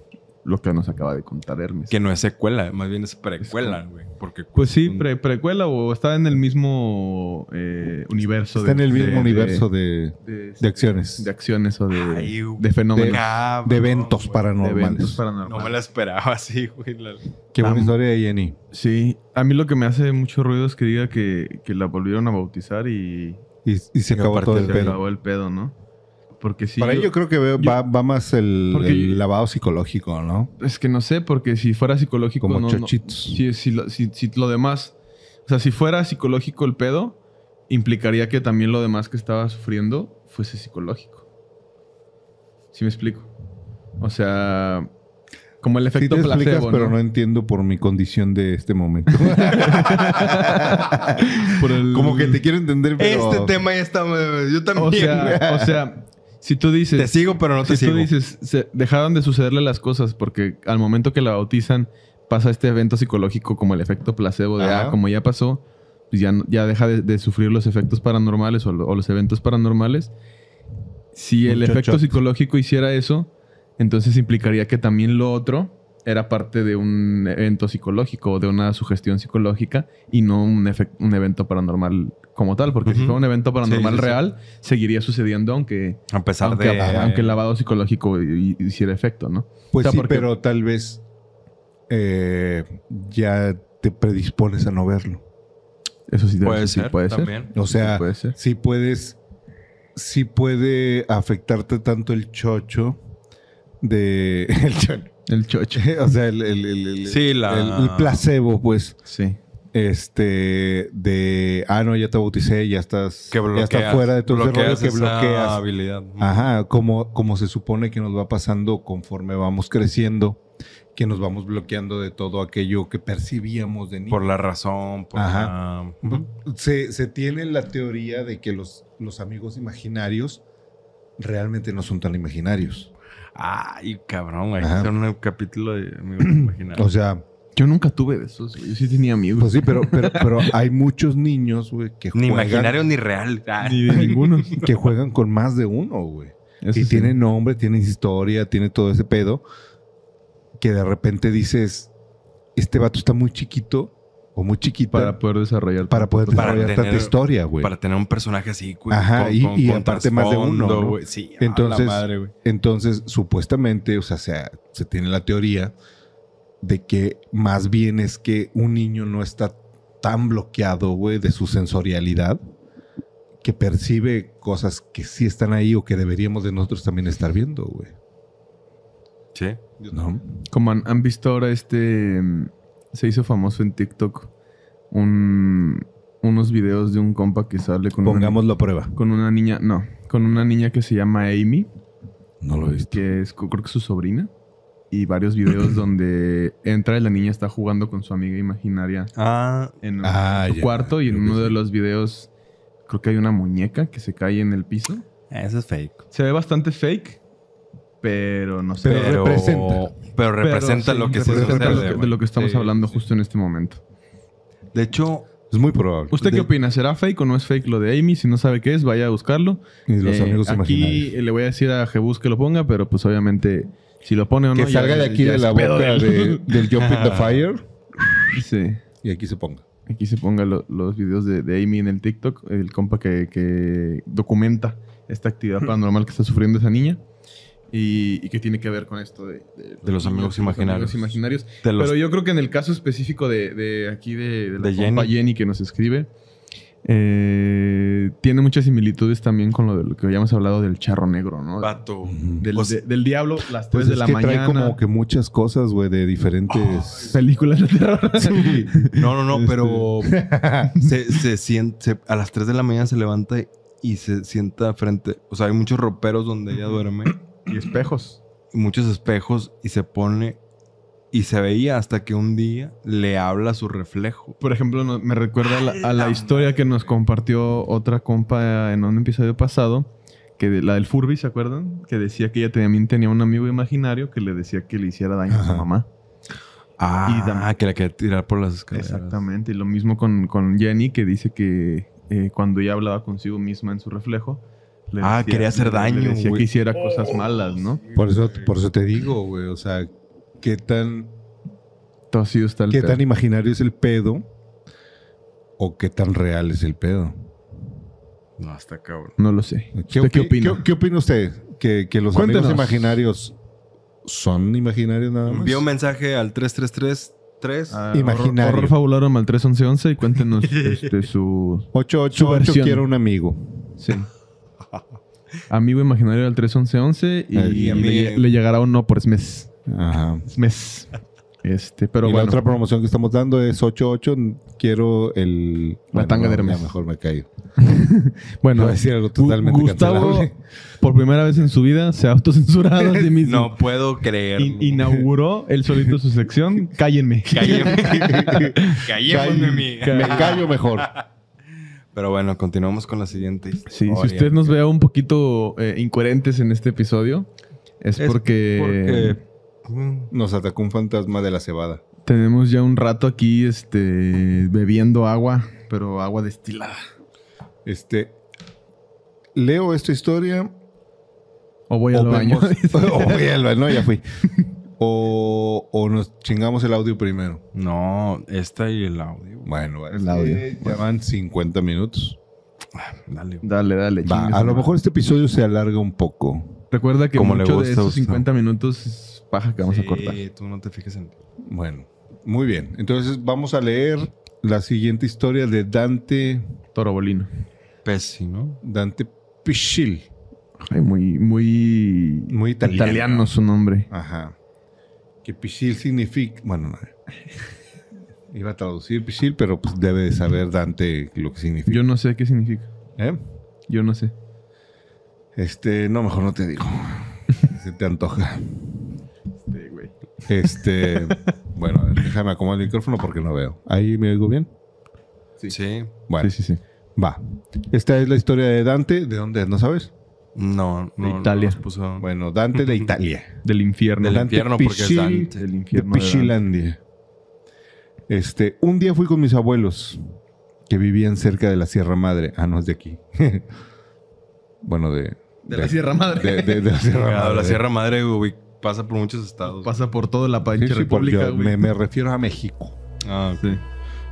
[SPEAKER 3] lo que nos acaba de contar Hermes.
[SPEAKER 4] Que no es secuela, más bien es precuela, güey. Porque
[SPEAKER 3] Pues sí,
[SPEAKER 4] un-
[SPEAKER 3] pre- precuela o está en el mismo eh, universo.
[SPEAKER 2] Está en
[SPEAKER 3] de-
[SPEAKER 2] el mismo
[SPEAKER 3] de-
[SPEAKER 2] universo de,
[SPEAKER 3] de,
[SPEAKER 2] de acciones.
[SPEAKER 3] de acciones o de,
[SPEAKER 4] Ay, güey.
[SPEAKER 3] de fenómenos.
[SPEAKER 4] Cabrón,
[SPEAKER 2] de eventos
[SPEAKER 4] güey.
[SPEAKER 3] de
[SPEAKER 2] paranormales.
[SPEAKER 3] eventos
[SPEAKER 4] No
[SPEAKER 3] paranormales.
[SPEAKER 4] me la esperaba así, güey. la-
[SPEAKER 2] Qué buena
[SPEAKER 3] Vamos.
[SPEAKER 2] historia de Jenny.
[SPEAKER 3] Sí, a mí lo que me hace mucho ruido es que diga que, que la volvieron a bautizar y
[SPEAKER 2] Y, y se
[SPEAKER 4] Y
[SPEAKER 2] acabó
[SPEAKER 4] aparte
[SPEAKER 2] todo
[SPEAKER 4] se
[SPEAKER 2] el
[SPEAKER 3] se
[SPEAKER 2] pedo.
[SPEAKER 3] acabó el pedo, ¿no? Porque sí.
[SPEAKER 2] Para
[SPEAKER 3] yo-
[SPEAKER 2] ello creo que veo-
[SPEAKER 3] yo-
[SPEAKER 2] va, va más el,
[SPEAKER 3] Porque-
[SPEAKER 2] el lavado psicológico, ¿no?
[SPEAKER 3] Es que no sé, porque si fuera psicológico.
[SPEAKER 2] Como
[SPEAKER 3] no, no-
[SPEAKER 2] chochitos.
[SPEAKER 3] si, si lo- si- si lo demás. O sea, si fuera psicológico el pedo, implicaría que también lo demás que estaba sufriendo fuese psicológico. ¿Sí me explico? O sea. Como el
[SPEAKER 2] Sí te
[SPEAKER 3] efecto
[SPEAKER 2] explicas,
[SPEAKER 3] placebo,
[SPEAKER 2] pero no
[SPEAKER 3] ¿no?
[SPEAKER 2] entiendo por mi condición de este momento.
[SPEAKER 3] Por el-
[SPEAKER 2] Como que te quiero entender, pero...
[SPEAKER 4] Este tema ya está. Yo también.
[SPEAKER 3] O sea, o sea, si tú dices...
[SPEAKER 4] te sigo, pero no te
[SPEAKER 3] si tú
[SPEAKER 4] sigo.
[SPEAKER 3] dices, se- dejaron de sucederle las cosas porque al momento que la bautizan pasa este evento psicológico como el efecto placebo de,
[SPEAKER 2] Ajá.
[SPEAKER 3] ah, como ya pasó, pues ya, no- ya deja de, de sufrir los efectos paranormales o, lo- o los eventos paranormales. Si el
[SPEAKER 2] Un
[SPEAKER 3] efecto
[SPEAKER 2] chochot.
[SPEAKER 3] psicológico hiciera eso, entonces implicaría que también lo otro era parte de un evento psicológico o de una sugestión psicológica y no un, efec- un evento paranormal como tal, porque si
[SPEAKER 4] Ujú.
[SPEAKER 3] fuera un evento paranormal
[SPEAKER 4] sí, sí.
[SPEAKER 3] real, seguiría sucediendo aunque
[SPEAKER 4] A pesar
[SPEAKER 3] aunque,
[SPEAKER 4] de.
[SPEAKER 3] aunque el lavado psicológico y- y hiciera efecto, ¿no?
[SPEAKER 2] Pues
[SPEAKER 3] O sea,
[SPEAKER 2] sí,
[SPEAKER 3] porque-
[SPEAKER 2] pero tal vez eh, ya te predispones a no verlo.
[SPEAKER 3] Eso sí, debe
[SPEAKER 4] Puede
[SPEAKER 3] sí
[SPEAKER 4] ser.
[SPEAKER 3] puede
[SPEAKER 4] también.
[SPEAKER 2] O sea,
[SPEAKER 3] Sí, puede ser.
[SPEAKER 2] si puedes, si puede afectarte tanto el chocho de... El chocho.
[SPEAKER 3] El chocho.
[SPEAKER 2] O sea, el, el- el- el-
[SPEAKER 4] Sí, la-
[SPEAKER 2] el- el placebo, pues,
[SPEAKER 3] Sí.
[SPEAKER 2] este, de, ah, no, ya te bauticé, ya estás,
[SPEAKER 4] Que
[SPEAKER 2] ya
[SPEAKER 4] bloqueas,
[SPEAKER 2] estás fuera de tu rollo
[SPEAKER 4] bloqueas
[SPEAKER 2] que
[SPEAKER 4] esa
[SPEAKER 2] bloqueas.
[SPEAKER 4] habilidad.
[SPEAKER 2] Ajá, como, como se supone que nos va pasando conforme vamos creciendo, que nos vamos bloqueando de todo aquello que percibíamos de niño.
[SPEAKER 4] Por la razón, por
[SPEAKER 2] Ajá.
[SPEAKER 4] la-
[SPEAKER 2] Se, se tiene la teoría de que los, los amigos imaginarios realmente no son tan imaginarios.
[SPEAKER 4] Ay, cabrón, güey.
[SPEAKER 2] Ajá.
[SPEAKER 4] Hacer un capítulo de amigos imaginarios.
[SPEAKER 2] O sea,
[SPEAKER 3] Yo nunca tuve de esos. güey. Yo sí tenía amigos.
[SPEAKER 2] pues sí, pero, pero, pero hay muchos niños, güey, que
[SPEAKER 4] ni
[SPEAKER 2] juegan-
[SPEAKER 4] imaginario ni real. Ah.
[SPEAKER 3] Ni de ninguno.
[SPEAKER 2] que juegan con más de uno, güey.
[SPEAKER 3] Eso
[SPEAKER 2] y
[SPEAKER 3] sí.
[SPEAKER 2] tiene nombre, tiene historia, tiene todo ese pedo. Que de repente dices, este vato está muy chiquito o muy chiquita
[SPEAKER 3] Para
[SPEAKER 2] para,
[SPEAKER 3] poder desarrollar.
[SPEAKER 2] poder
[SPEAKER 4] Para
[SPEAKER 2] desarrollar tanta
[SPEAKER 4] tener-
[SPEAKER 2] historia, güey.
[SPEAKER 4] Para tener un personaje así, güey.
[SPEAKER 2] Ajá, y- y aparte más de uno,
[SPEAKER 4] trasfondo,
[SPEAKER 2] ¿no?
[SPEAKER 4] güey. Sí,
[SPEAKER 2] Entonces-
[SPEAKER 4] a la madre, güey.
[SPEAKER 2] Entonces, supuestamente, o sea, se, se tiene la teoría de que más bien es que un niño no está tan bloqueado, güey, de su sensorialidad, que percibe cosas que sí están ahí o que deberíamos de nosotros también estar viendo, güey.
[SPEAKER 4] Sí.
[SPEAKER 2] ¿No?
[SPEAKER 3] Como han, han visto ahora este... mm, Se hizo famoso en TikTok un- unos videos de un compa que sale con
[SPEAKER 2] Pongámoslo a prueba.
[SPEAKER 3] una... Con una niña... No. Con una niña que se llama Amy.
[SPEAKER 2] No lo he visto.
[SPEAKER 3] que es co- creo que es su sobrina. Y varios videos donde entra y la niña está jugando con su amiga imaginaria
[SPEAKER 4] Ah,
[SPEAKER 3] en un-
[SPEAKER 2] Ah,
[SPEAKER 3] su
[SPEAKER 2] ya,
[SPEAKER 3] cuarto. Y en
[SPEAKER 2] creo que
[SPEAKER 3] uno de
[SPEAKER 2] sí.
[SPEAKER 3] los videos creo que hay una muñeca que se cae en el piso.
[SPEAKER 4] eso es fake.
[SPEAKER 3] Se ve bastante fake, pero no sé.
[SPEAKER 2] Pero representa.
[SPEAKER 4] Pero representa
[SPEAKER 3] sí,
[SPEAKER 4] lo que se
[SPEAKER 3] representa
[SPEAKER 4] sucede,
[SPEAKER 3] lo que-
[SPEAKER 4] güey.
[SPEAKER 3] de lo que estamos
[SPEAKER 4] Sí,
[SPEAKER 3] hablando
[SPEAKER 4] sí.
[SPEAKER 3] justo en este momento.
[SPEAKER 4] De hecho,
[SPEAKER 2] Es muy probable.
[SPEAKER 3] ¿Usted qué opina? ¿Será fake o no es fake lo de Amy? Si no sabe qué es, vaya a buscarlo.
[SPEAKER 2] Y los
[SPEAKER 3] Eh,
[SPEAKER 2] amigos
[SPEAKER 3] aquí
[SPEAKER 2] imaginarios.
[SPEAKER 3] le voy a decir a Jebus que lo ponga, pero pues obviamente si lo pone o no.
[SPEAKER 2] que
[SPEAKER 3] ya-
[SPEAKER 2] salga de aquí
[SPEAKER 3] ya
[SPEAKER 2] de
[SPEAKER 3] es
[SPEAKER 2] la
[SPEAKER 3] pedo ¿eh?
[SPEAKER 2] boca
[SPEAKER 3] él.
[SPEAKER 2] de- del Jumping the Fire
[SPEAKER 3] Sí.
[SPEAKER 2] y aquí se ponga.
[SPEAKER 3] Aquí se ponga lo- los videos de, de Amy en el TikTok, el compa que, que documenta esta actividad paranormal que está sufriendo esa niña y, y que tiene que ver con esto de,
[SPEAKER 4] De los amigos imaginarios.
[SPEAKER 3] amigos imaginarios.
[SPEAKER 4] te los-
[SPEAKER 3] Pero yo creo que en el caso específico de, de aquí de, la
[SPEAKER 4] De
[SPEAKER 3] compa
[SPEAKER 4] Jenny.
[SPEAKER 3] Jenny que nos escribe, eh, tiene muchas similitudes también con lo, de lo que habíamos hablado del charro negro, ¿no?
[SPEAKER 4] Vato.
[SPEAKER 3] Del,
[SPEAKER 4] Pues-
[SPEAKER 3] de- del diablo, las 3
[SPEAKER 2] Pues
[SPEAKER 3] de
[SPEAKER 2] es
[SPEAKER 3] la
[SPEAKER 2] que
[SPEAKER 3] mañana.
[SPEAKER 2] trae como que muchas cosas, güey, de diferentes...
[SPEAKER 3] Películas de terror.
[SPEAKER 4] No, no, no,
[SPEAKER 3] Este-
[SPEAKER 4] pero se, se siente, se- a las 3 de la mañana se levanta y se sienta frente. O sea, hay muchos roperos donde ella duerme,
[SPEAKER 3] y espejos.
[SPEAKER 4] y muchos espejos y se pone y se veía hasta que un día le habla a su reflejo.
[SPEAKER 3] Por ejemplo, no- me recuerda a la, a la historia que nos compartió otra compa en un episodio pasado, que de- la del Furby, ¿se acuerdan? Que decía que ella también tenía un amigo imaginario que le decía que le hiciera daño a su
[SPEAKER 2] Ajá.
[SPEAKER 3] mamá.
[SPEAKER 4] Ah,
[SPEAKER 3] Y dam-
[SPEAKER 4] que la quería tirar por las escaleras.
[SPEAKER 3] Exactamente. Y lo mismo con, con Jenny, que dice que eh, cuando ella hablaba consigo misma en su reflejo, le
[SPEAKER 4] Ah, quería hacer
[SPEAKER 3] le- Le
[SPEAKER 4] daño,
[SPEAKER 3] decía
[SPEAKER 4] güey.
[SPEAKER 3] que hiciera cosas malas, ¿no?
[SPEAKER 2] Por eso, por eso te digo, güey, o sea, qué tan,
[SPEAKER 3] Todo así está el
[SPEAKER 2] qué
[SPEAKER 3] pedo.
[SPEAKER 2] tan imaginario es el pedo o qué tan real es el pedo.
[SPEAKER 4] No, hasta cabrón.
[SPEAKER 3] No lo sé.
[SPEAKER 2] ¿Qué,
[SPEAKER 3] ¿Usted qué
[SPEAKER 2] opi-
[SPEAKER 3] opina?
[SPEAKER 2] qué- qué opina usted? ¿Que, que los
[SPEAKER 3] Cuéntenos.
[SPEAKER 2] amigos imaginarios son imaginarios nada más?
[SPEAKER 4] Envió un mensaje al 3333.
[SPEAKER 3] Ah,
[SPEAKER 2] Imaginario.
[SPEAKER 3] Horror, horror fabular mal 311111 y cuéntenos este, su,
[SPEAKER 2] 888
[SPEAKER 3] versión.
[SPEAKER 2] quiero un amigo.
[SPEAKER 3] Sí. Amigo imaginario al 311111 y,
[SPEAKER 2] Ay,
[SPEAKER 4] amigo.
[SPEAKER 3] le, le llegará un no por mes.
[SPEAKER 2] Ajá.
[SPEAKER 3] Mes. Este, pero
[SPEAKER 2] Ah. y
[SPEAKER 3] bueno.
[SPEAKER 2] la otra promoción que estamos dando es 88. Quiero el. bueno,
[SPEAKER 3] tanga
[SPEAKER 2] no,
[SPEAKER 3] de Hermes.
[SPEAKER 2] ya mejor me callo.
[SPEAKER 3] bueno,
[SPEAKER 2] Iba a decir algo totalmente
[SPEAKER 3] Gustavo,
[SPEAKER 2] cancelable.
[SPEAKER 3] por primera vez en su vida, se ha autocensurado a sí mismo.
[SPEAKER 4] No puedo creer.
[SPEAKER 3] In- inauguró él solito su sección. Cállenme.
[SPEAKER 4] Callé- Callémosme,
[SPEAKER 3] Call-
[SPEAKER 4] mi-
[SPEAKER 3] call-
[SPEAKER 2] Me callo mejor.
[SPEAKER 4] Pero bueno, continuamos con la siguiente.
[SPEAKER 3] Sí,
[SPEAKER 4] historia.
[SPEAKER 3] si usted nos vea un poquito eh, incoherentes en este episodio, es,
[SPEAKER 4] Es
[SPEAKER 3] porque,
[SPEAKER 4] Mm,
[SPEAKER 2] Nos atacó un fantasma de la cebada.
[SPEAKER 3] tenemos ya un rato aquí este, bebiendo agua, pero agua destilada.
[SPEAKER 2] Este. Leo esta historia.
[SPEAKER 3] O voy
[SPEAKER 2] o
[SPEAKER 3] al baño.
[SPEAKER 2] vemos- o voy al baño, no, ya fui. O, o nos chingamos el audio primero.
[SPEAKER 4] No, esta y el audio.
[SPEAKER 2] Bueno,
[SPEAKER 3] El audio.
[SPEAKER 2] eh, ya van 50 minutos.
[SPEAKER 4] Dale.
[SPEAKER 3] dale, dale.
[SPEAKER 2] Va,
[SPEAKER 3] chingue
[SPEAKER 2] a
[SPEAKER 3] su
[SPEAKER 2] lo
[SPEAKER 3] madre.
[SPEAKER 2] mejor este episodio se alarga un poco.
[SPEAKER 3] Recuerda que
[SPEAKER 4] Como le
[SPEAKER 3] mucho de
[SPEAKER 4] gusta a
[SPEAKER 3] estos
[SPEAKER 4] usted.
[SPEAKER 3] 50 minutos es paja que vamos
[SPEAKER 4] Sí,
[SPEAKER 3] a cortar.
[SPEAKER 4] tú no te fijes en...
[SPEAKER 2] Bueno, muy bien. Entonces vamos a leer la siguiente historia de Dante,
[SPEAKER 3] Torobolino.
[SPEAKER 4] Pesci, ¿no?
[SPEAKER 2] Dante Pichil.
[SPEAKER 3] Ay, muy, muy...
[SPEAKER 2] Muy italiano.
[SPEAKER 3] italiano su nombre.
[SPEAKER 2] Ajá. Que Pichil significa. Bueno, no. Iba a traducir Pichil, pero pues debe de saber Dante lo que significa.
[SPEAKER 3] Yo no sé qué significa.
[SPEAKER 2] ¿Eh?
[SPEAKER 3] Yo no sé.
[SPEAKER 2] Este, no, mejor no te digo. Se te antoja.
[SPEAKER 3] Este, güey.
[SPEAKER 2] Este, bueno, a ver, déjame acomodar el micrófono porque no veo. ¿Ahí me oigo bien?
[SPEAKER 4] Sí.
[SPEAKER 2] Bueno,
[SPEAKER 3] Sí, sí, sí.
[SPEAKER 2] va. Esta es la historia de Dante. ¿De dónde? es? ¿No sabes?
[SPEAKER 4] No, no. no
[SPEAKER 3] Italia.
[SPEAKER 4] nos puso-
[SPEAKER 2] Bueno, Dante de Italia.
[SPEAKER 3] Del infierno.
[SPEAKER 4] Del
[SPEAKER 2] Dante
[SPEAKER 4] infierno porque es
[SPEAKER 2] Pichil-
[SPEAKER 4] Dante.
[SPEAKER 3] Del
[SPEAKER 2] De
[SPEAKER 3] infierno. de Dante.
[SPEAKER 2] Pichilandia. Este, un día fui con mis abuelos que vivían cerca de la Sierra Madre. Ah, no, es de aquí. bueno, de.
[SPEAKER 3] De la Sierra Madre.
[SPEAKER 2] De, de- de la Sierra
[SPEAKER 4] Claro,
[SPEAKER 2] Madre.
[SPEAKER 4] la Sierra Madre, güey, pasa por muchos estados.
[SPEAKER 3] Pasa por toda la
[SPEAKER 2] Sí,
[SPEAKER 3] pinche
[SPEAKER 2] sí, porque
[SPEAKER 3] república, güey.
[SPEAKER 2] me, me refiero a México.
[SPEAKER 4] Ah,
[SPEAKER 3] Sí.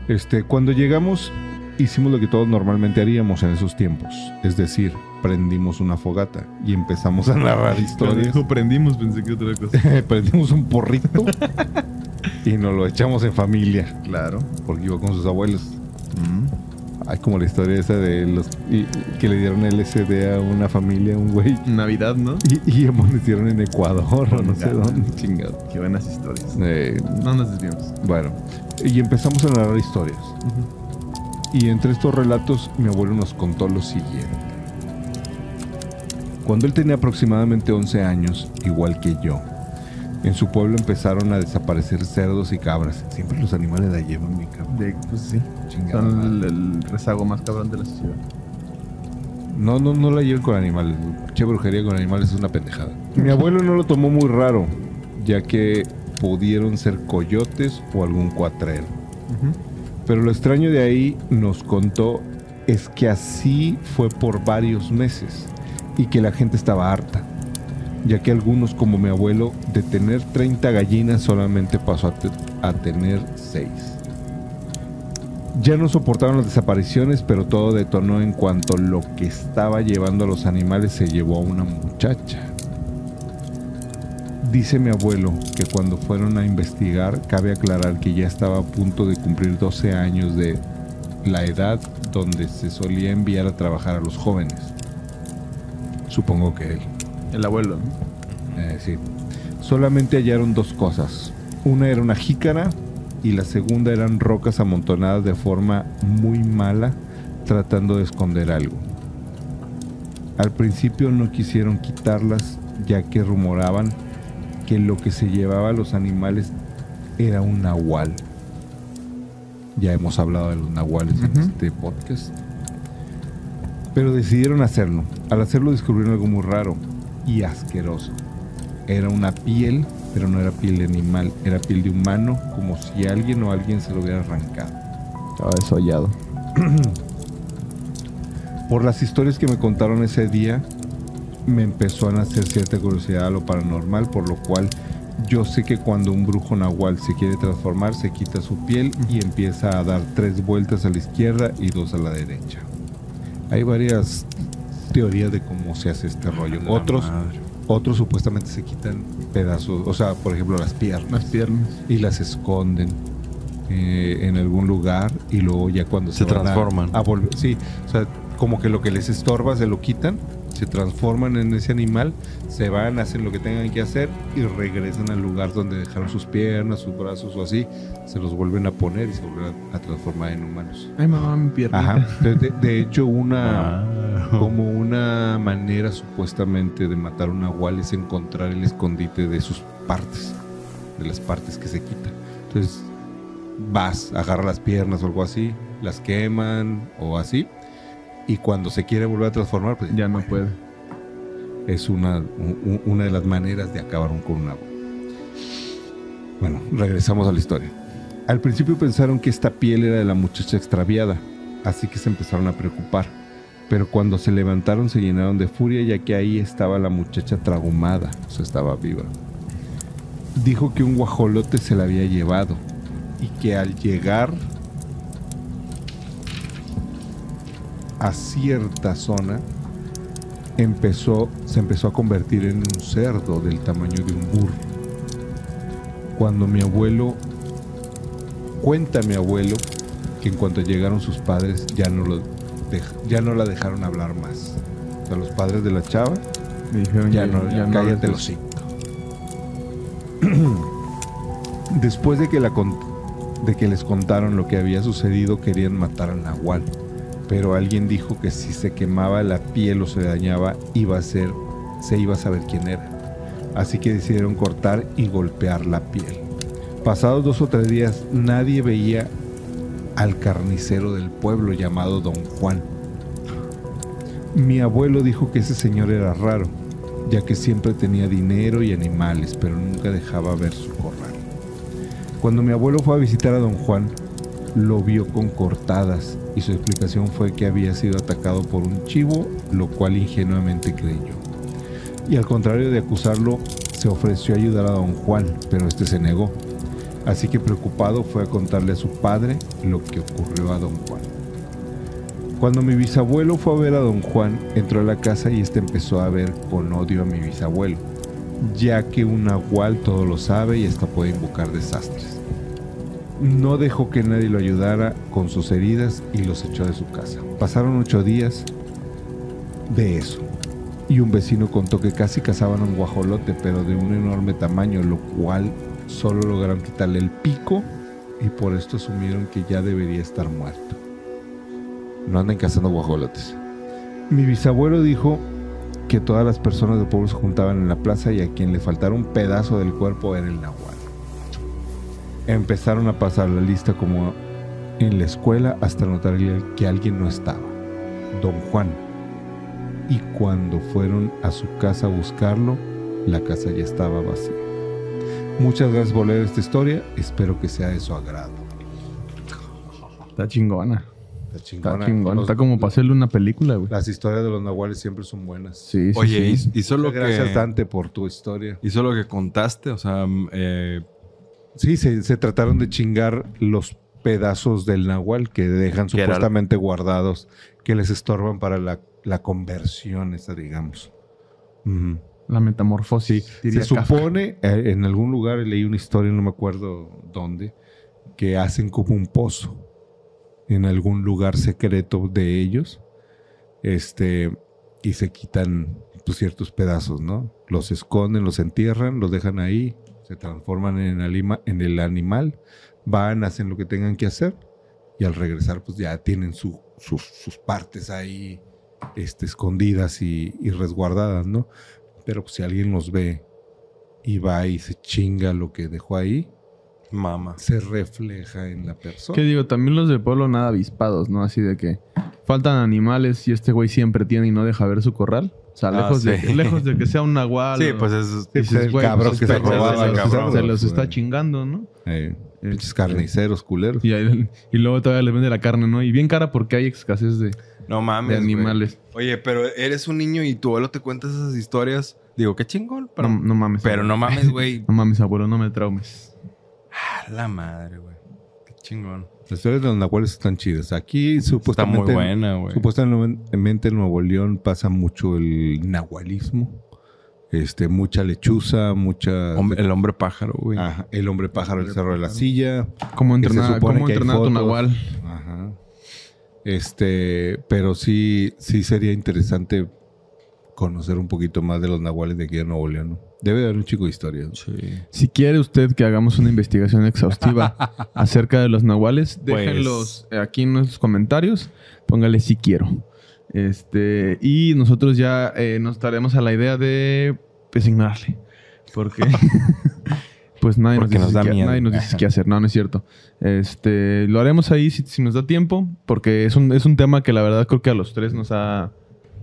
[SPEAKER 2] Este, cuando llegamos, hicimos lo que todos normalmente haríamos en esos tiempos. Es decir, prendimos una fogata y empezamos a narrar
[SPEAKER 3] Cuando
[SPEAKER 2] historias.
[SPEAKER 3] dijo prendimos, pensé que otra cosa.
[SPEAKER 2] prendimos un porrito y nos lo echamos en familia,
[SPEAKER 3] Claro.
[SPEAKER 2] porque iba con sus abuelos.
[SPEAKER 3] Mm.
[SPEAKER 2] Ay, como la historia esa de los y- que le dieron LSD a una familia, un güey,
[SPEAKER 3] Navidad, ¿no?
[SPEAKER 2] y, y amanecieron en Ecuador o no sé
[SPEAKER 3] Chingada.
[SPEAKER 2] dónde, chingado.
[SPEAKER 3] Qué buenas historias.
[SPEAKER 2] Eh,
[SPEAKER 3] No nos desviamos.
[SPEAKER 2] bueno, y empezamos a narrar historias. Y entre estos relatos, mi abuelo nos contó lo siguiente. Cuando él tenía aproximadamente 11 años, igual que yo, en su pueblo empezaron a desaparecer cerdos y cabras. Siempre los animales la llevan, mi cabrón.
[SPEAKER 3] De, pues sí.
[SPEAKER 2] Chingada
[SPEAKER 3] Son
[SPEAKER 2] madre.
[SPEAKER 3] el, el rezago más cabrón de la sociedad.
[SPEAKER 2] No, no, no la lleven con animales. Che brujería con animales es una pendejada. Mi abuelo no lo tomó muy raro, ya que pudieron ser coyotes o algún cuatrero. Pero lo extraño de ahí nos contó es que así fue por varios meses y que la gente estaba harta, ya que algunos como mi abuelo de tener 30 gallinas solamente pasó a, te- a tener 6. Ya no soportaron las desapariciones, pero todo detonó en cuanto lo que estaba llevando a los animales se llevó a una muchacha. Dice mi abuelo que cuando fueron a investigar, cabe aclarar que ya estaba a punto de cumplir 12 años de la edad donde se solía enviar a trabajar a los jóvenes. Supongo que él.
[SPEAKER 3] El abuelo. ¿no?
[SPEAKER 2] Eh, sí. Solamente hallaron dos cosas. Una era una jícara y la segunda eran rocas amontonadas de forma muy mala tratando de esconder algo. Al principio no quisieron quitarlas ya que rumoraban que lo que se llevaba a los animales era un nahual. Ya hemos hablado de los nahuales en
[SPEAKER 3] Ujú.
[SPEAKER 2] este podcast. Pero decidieron hacerlo. Al hacerlo descubrieron algo muy raro y asqueroso. Era una piel, pero no era piel de animal, era piel de humano, como si alguien o alguien se lo hubiera arrancado.
[SPEAKER 3] Estaba desollado.
[SPEAKER 2] Por las historias que me contaron ese día, me empezó a nacer cierta curiosidad a lo paranormal, por lo cual yo sé que cuando un brujo nahual se quiere transformar, se quita su piel y empieza a dar tres vueltas a la izquierda y dos a la derecha. Hay varias teorías de cómo se hace este rollo.
[SPEAKER 4] Ah, la
[SPEAKER 2] Otros,
[SPEAKER 4] madre.
[SPEAKER 2] otros supuestamente se quitan pedazos, o sea, por ejemplo, las piernas
[SPEAKER 3] Las piernas.
[SPEAKER 2] y las esconden eh, en algún lugar y luego ya cuando se,
[SPEAKER 4] Se
[SPEAKER 2] van a-
[SPEAKER 4] transforman.
[SPEAKER 2] a volver- sí, o sea, como que lo que les estorba se lo quitan se transforman en ese animal, se van, hacen lo que tengan que hacer y regresan al lugar donde dejaron sus piernas, sus brazos o así, se los vuelven a poner y se vuelven a transformar en humanos.
[SPEAKER 3] Ay, mamá, mi pierna.
[SPEAKER 2] Ajá. De, de- de hecho, una como una manera supuestamente de matar un nahual es encontrar el escondite de sus partes, de las partes que se quitan. Entonces, vas, agarra las piernas o algo así, las queman o así, y cuando se quiere volver a transformar, pues
[SPEAKER 3] Ya no puede.
[SPEAKER 2] es una, u- u- una de las maneras de acabar un- con un agua. Bueno, regresamos a la historia. Al principio pensaron que esta piel era de la muchacha extraviada, así que se empezaron a preocupar. Pero cuando se levantaron se llenaron de furia ya que ahí estaba la muchacha tragomada, o sea, estaba viva. Dijo que un guajolote se la había llevado y que al llegar a cierta zona empezó, se empezó a convertir en un cerdo del tamaño de un burro. Cuando mi abuelo, cuenta mi abuelo, que en cuanto llegaron sus padres ya no, lo dej- ya no la dejaron hablar más. O sea, los padres de la chava,
[SPEAKER 3] Me dijeron,
[SPEAKER 2] ya no, cállate los cinco. Después de que, la con- de que les contaron lo que había sucedido, querían matar al Nahual. Pero alguien dijo que si se quemaba la piel o se dañaba, iba a ser, se iba a saber quién era. Así que decidieron cortar y golpear la piel. Pasados dos o tres días, nadie veía al carnicero del pueblo llamado Don Juan. Mi abuelo dijo que ese señor era raro, ya que siempre tenía dinero y animales, pero nunca dejaba ver su corral. Cuando mi abuelo fue a visitar a don Juan, lo vio con cortadas y su explicación fue que había sido atacado por un chivo, lo cual ingenuamente creyó. Y al contrario de acusarlo, se ofreció a ayudar a don Juan, pero este se negó. Así que preocupado fue a contarle a su padre lo que ocurrió a don Juan. Cuando mi bisabuelo fue a ver a don Juan, entró a la casa y este empezó a ver con odio a mi bisabuelo, ya que un nahual todo lo sabe y hasta puede invocar desastres. No dejó que nadie lo ayudara con sus heridas y los echó de su casa. Pasaron ocho días de eso. Y un vecino contó que casi cazaban un guajolote, pero de un enorme tamaño, lo cual solo lograron quitarle el pico y por esto asumieron que ya debería estar muerto. No anden cazando guajolotes. Mi bisabuelo dijo que todas las personas del pueblo se juntaban en la plaza y a quien le faltara un pedazo del cuerpo era el nahual. Empezaron a pasar la lista como en la escuela hasta notar el- que alguien no estaba, don Juan. Y cuando fueron a su casa a buscarlo, la casa ya estaba vacía. Muchas gracias por leer esta historia, espero que sea de su agrado.
[SPEAKER 3] Está chingona.
[SPEAKER 2] Está chingona.
[SPEAKER 3] Está chingona.
[SPEAKER 2] Los-
[SPEAKER 3] Está como para hacerle una película, güey.
[SPEAKER 2] Las historias de los nahuales siempre son buenas.
[SPEAKER 3] Sí, sí,
[SPEAKER 4] Oye,
[SPEAKER 3] sí.
[SPEAKER 4] hizo- hizo lo
[SPEAKER 2] Gracias,
[SPEAKER 4] que...
[SPEAKER 2] Dante, por tu historia.
[SPEAKER 4] Hizo lo que contaste, o sea, mm, eh,
[SPEAKER 2] Sí, se, se trataron de chingar los pedazos del nahual que dejan
[SPEAKER 4] Que era-
[SPEAKER 2] supuestamente guardados, que les estorban para la, la conversión, esa, digamos. Ujú.
[SPEAKER 3] La metamorfosis. diría
[SPEAKER 2] Se
[SPEAKER 3] Kafka.
[SPEAKER 2] supone, eh, en algún lugar leí una historia, no me acuerdo dónde, que hacen como un pozo en algún lugar secreto de ellos, este, y se quitan pues, ciertos pedazos, ¿no? Los esconden, los entierran, los dejan ahí, se transforman en, alima- en el animal, van, hacen lo que tengan que hacer, y al regresar pues ya tienen su- sus, sus partes ahí este, escondidas y, y resguardadas, ¿no? Pero pues, si alguien los ve y va y se chinga lo que dejó ahí,
[SPEAKER 4] mama.
[SPEAKER 2] se refleja en la
[SPEAKER 3] Que
[SPEAKER 2] persona.
[SPEAKER 3] digo, también los del pueblo nada avispados, ¿no? Así de que faltan animales y este güey siempre tiene y no deja ver su corral. O sea,
[SPEAKER 4] Ah,
[SPEAKER 3] lejos, de,
[SPEAKER 4] sí.
[SPEAKER 3] lejos de que sea un nahual.
[SPEAKER 4] Sí,
[SPEAKER 3] o-
[SPEAKER 4] pues es...
[SPEAKER 2] pues,
[SPEAKER 3] dices,
[SPEAKER 2] el
[SPEAKER 3] güey,
[SPEAKER 2] cabrón
[SPEAKER 3] pues,
[SPEAKER 2] que se
[SPEAKER 3] espera,
[SPEAKER 2] robaba,
[SPEAKER 3] se los-
[SPEAKER 2] cabrón.
[SPEAKER 3] Se los está
[SPEAKER 2] Güey.
[SPEAKER 3] chingando, ¿no?
[SPEAKER 2] Eh, pinches
[SPEAKER 3] Este,
[SPEAKER 2] carniceros, culeros.
[SPEAKER 3] Y, ahí- y luego todavía le vende la carne, ¿no? Y bien cara porque hay escasez de,
[SPEAKER 4] No Ah, mames,
[SPEAKER 3] de
[SPEAKER 4] güey.
[SPEAKER 3] animales.
[SPEAKER 4] Oye, pero eres un niño y tu abuelo te cuenta esas historias. Digo, qué chingón, pero
[SPEAKER 3] no, no mames.
[SPEAKER 4] Pero no mames, güey.
[SPEAKER 3] No mames, abuelo, no me traumes.
[SPEAKER 4] A la madre, güey. Qué chingón.
[SPEAKER 2] Las historias de los nahuales están chidas. Aquí
[SPEAKER 4] Está
[SPEAKER 2] supuestamente,
[SPEAKER 4] muy buena, güey.
[SPEAKER 2] supuestamente en Nuevo León pasa mucho el nahualismo. Este, mucha lechuza, mucha...
[SPEAKER 4] Hom- El hombre pájaro, güey.
[SPEAKER 2] Ajá, el hombre pájaro, el
[SPEAKER 3] Hombre
[SPEAKER 2] cerro de la
[SPEAKER 3] pájaro.
[SPEAKER 2] silla.
[SPEAKER 3] ¿Cómo
[SPEAKER 2] Que se
[SPEAKER 3] entrenar,
[SPEAKER 2] supone
[SPEAKER 3] cómo
[SPEAKER 2] que hay
[SPEAKER 3] entrenar a tu
[SPEAKER 2] fotos.
[SPEAKER 3] nahual?
[SPEAKER 2] Ajá. Este, pero sí, sí sería interesante conocer un poquito más de los nahuales de aquí de Nuevo León. ¿no? Debe de haber un chico de historia. ¿no?
[SPEAKER 3] Si quiere usted que hagamos una investigación exhaustiva acerca de los nahuales,
[SPEAKER 4] Pues.
[SPEAKER 3] déjenlos aquí en nuestros comentarios. Póngale si quiero. Este, y nosotros ya eh, nos daremos a la idea de pues, ignorarle. Porque pues nadie,
[SPEAKER 4] Porque
[SPEAKER 3] nos,
[SPEAKER 4] nos
[SPEAKER 3] dice
[SPEAKER 4] da
[SPEAKER 3] qué-
[SPEAKER 4] miedo.
[SPEAKER 3] nadie nos dice qué hacer. No, no es cierto. Este, lo haremos ahí si, si nos da tiempo, porque es un, es un tema que la verdad creo que a los tres nos ha,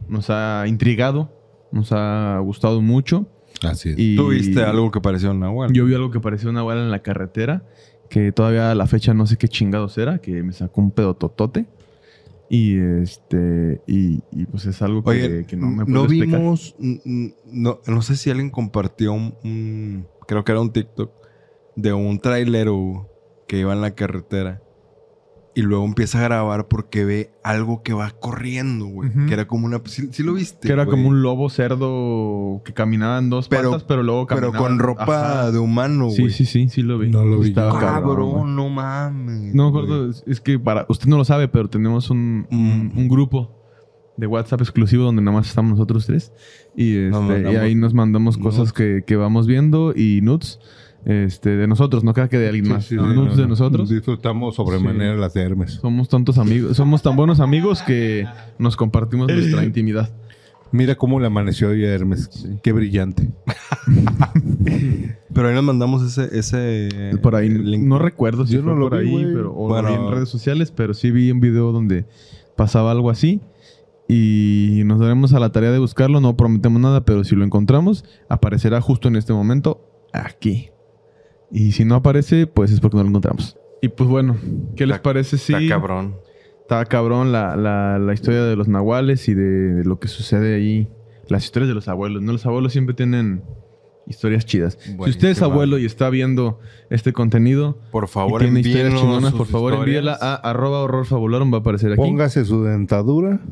[SPEAKER 3] nos ha intrigado, nos ha gustado mucho.
[SPEAKER 2] Así es.
[SPEAKER 3] Y
[SPEAKER 4] ¿Tú viste algo que pareció un nahual?
[SPEAKER 3] yo vi algo que parecía una bala en la carretera, que todavía a la fecha no sé qué chingados era, que me sacó un pedo totote. Y este, y, y, pues es algo que,
[SPEAKER 4] Oye,
[SPEAKER 3] que no me puedo
[SPEAKER 4] no
[SPEAKER 3] explicar.
[SPEAKER 4] vimos, n- n- no, no sé si alguien compartió un, un- creo que era un TikTok, de un trailero que iba en la carretera y luego empieza a grabar porque ve algo que va corriendo, güey.
[SPEAKER 3] Ujú.
[SPEAKER 4] Que era como una... Sí, sí lo viste.
[SPEAKER 3] que era
[SPEAKER 4] güey.
[SPEAKER 3] como un lobo cerdo que caminaba en dos
[SPEAKER 4] Pero-
[SPEAKER 3] patas, pero luego
[SPEAKER 4] Pero
[SPEAKER 3] caminaba.
[SPEAKER 4] con ropa
[SPEAKER 3] Ajá.
[SPEAKER 4] de humano, güey.
[SPEAKER 3] Sí, sí, sí, sí lo vi.
[SPEAKER 1] No lo vi Ah,
[SPEAKER 3] Estaba
[SPEAKER 1] yo.
[SPEAKER 3] cabrón, güey.
[SPEAKER 4] Cabrón, no mames.
[SPEAKER 3] No me
[SPEAKER 4] güey.
[SPEAKER 3] acuerdo, es- es que para usted no lo sabe, pero tenemos un, un-
[SPEAKER 4] Mm.
[SPEAKER 3] un grupo de WhatsApp exclusivo donde nada más estamos nosotros tres. Y, este,
[SPEAKER 4] Nos mandamos
[SPEAKER 3] y ahí nos mandamos
[SPEAKER 4] nudes.
[SPEAKER 3] cosas que, que vamos viendo y nudes este, de nosotros, no creo que de alguien
[SPEAKER 2] Sí,
[SPEAKER 3] más.
[SPEAKER 2] sí,
[SPEAKER 3] nudes
[SPEAKER 2] sí, no,
[SPEAKER 3] de
[SPEAKER 2] no.
[SPEAKER 3] nosotros.
[SPEAKER 2] Disfrutamos sobremanera
[SPEAKER 3] Sí.
[SPEAKER 2] las Hermes.
[SPEAKER 3] Somos tantos amigos, somos tan buenos amigos que nos compartimos nuestra intimidad.
[SPEAKER 2] Mira cómo le amaneció hoy a Hermes. Qué brillante.
[SPEAKER 4] Pero ahí nos mandamos ese... ese
[SPEAKER 3] por ahí,
[SPEAKER 4] link.
[SPEAKER 3] no recuerdo si
[SPEAKER 2] eh, Yo
[SPEAKER 3] fue
[SPEAKER 2] no lo
[SPEAKER 3] por
[SPEAKER 2] vi,
[SPEAKER 3] ahí,
[SPEAKER 2] güey.
[SPEAKER 3] pero, o
[SPEAKER 4] Bueno.
[SPEAKER 3] lo vi en redes sociales, pero sí vi un video donde pasaba algo así. Y nos daremos a la tarea de buscarlo. No prometemos nada, pero si lo encontramos, aparecerá justo en este momento aquí. Y si no aparece, pues es porque no lo encontramos. Y pues bueno, ¿qué les
[SPEAKER 4] Está-
[SPEAKER 3] parece si
[SPEAKER 4] Está cabrón.
[SPEAKER 3] está cabrón la, la- la historia de los nahuales y de, de lo que sucede ahí? Las historias de los abuelos, ¿no? Los abuelos siempre tienen historias chidas. si usted es
[SPEAKER 4] Buenísima.
[SPEAKER 3] abuelo y está viendo este contenido,
[SPEAKER 4] Por
[SPEAKER 3] y
[SPEAKER 4] favor,
[SPEAKER 3] tiene historias
[SPEAKER 4] envíenos
[SPEAKER 3] chingonas,
[SPEAKER 4] sus
[SPEAKER 3] por favor
[SPEAKER 4] historias.
[SPEAKER 3] envíela a arroba horrorfabularon, va a aparecer aquí.
[SPEAKER 2] Póngase su dentadura,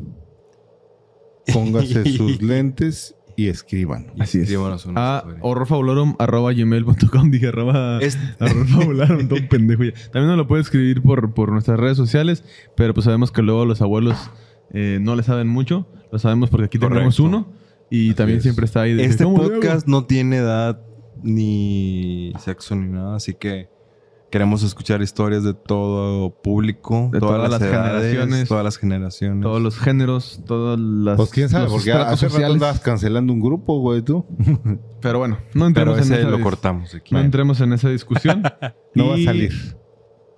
[SPEAKER 2] póngase sus lentes y escriban.
[SPEAKER 3] Así es. Ah,
[SPEAKER 4] Escríbanos una
[SPEAKER 3] a
[SPEAKER 4] historia.
[SPEAKER 3] horrorfabularon arroba gmail.com dije arroba
[SPEAKER 4] Es-
[SPEAKER 3] horrorfabularon, todo pendejo ya. También nos lo puede escribir por, por nuestras redes sociales, pero pues sabemos que luego los abuelos eh, no le saben mucho, lo sabemos porque aquí tenemos
[SPEAKER 4] Correcto.
[SPEAKER 3] uno y también
[SPEAKER 2] es.
[SPEAKER 3] siempre está ahí. de que,
[SPEAKER 4] Este
[SPEAKER 3] "¿Cómo le
[SPEAKER 4] podcast no tiene edad ni sexo ni nada, así que queremos escuchar historias de todo público,
[SPEAKER 3] De todas las generaciones.
[SPEAKER 4] todas las generaciones.
[SPEAKER 3] hago?". Todos los géneros, todas las...
[SPEAKER 2] Pues quién sabe,
[SPEAKER 3] los
[SPEAKER 2] porque
[SPEAKER 3] estratos
[SPEAKER 2] hace rato
[SPEAKER 3] sociales.
[SPEAKER 2] andabas cancelando un grupo, güey, tú.
[SPEAKER 3] Pero bueno, no entremos
[SPEAKER 4] pero ese
[SPEAKER 3] en esa
[SPEAKER 4] lo
[SPEAKER 3] dis-
[SPEAKER 4] cortamos aquí.
[SPEAKER 3] No entremos en esa discusión.
[SPEAKER 2] No va a
[SPEAKER 3] Y-
[SPEAKER 2] salir.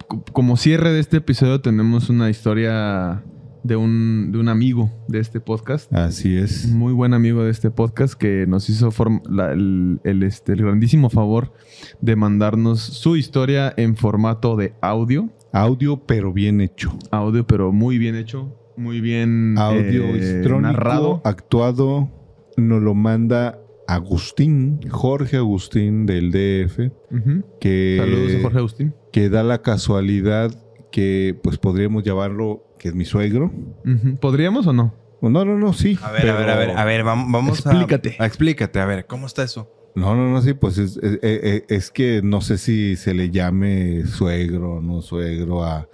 [SPEAKER 3] co- como cierre de este episodio tenemos una historia de un, de un amigo de este podcast.
[SPEAKER 2] Así es.
[SPEAKER 3] Muy buen amigo de este podcast que nos hizo form- la- el, el, este, el grandísimo favor de mandarnos su historia en formato de audio.
[SPEAKER 2] Audio, pero bien hecho.
[SPEAKER 3] Audio, pero muy bien hecho, muy bien
[SPEAKER 2] Audio
[SPEAKER 3] eh,
[SPEAKER 2] histrónico,
[SPEAKER 3] narrado.
[SPEAKER 2] actuado. Nos lo manda Agustín, Jorge Agustín del DF,
[SPEAKER 3] Ujú.
[SPEAKER 2] que,
[SPEAKER 3] Saludos a Jorge Agustín.
[SPEAKER 2] que da la casualidad que, pues podríamos llamarlo, que es mi suegro.
[SPEAKER 3] Ujú. ¿Podríamos o no?
[SPEAKER 2] No, no, no, sí.
[SPEAKER 4] A ver,
[SPEAKER 2] pero-
[SPEAKER 4] a ver, a ver, a ver, vam- vamos, a-
[SPEAKER 3] Explícate.
[SPEAKER 4] a... Explícate, a ver, ¿cómo está eso?
[SPEAKER 2] No, no, no, sí, pues es, es- es- es que no sé si se le llame suegro o no suegro a,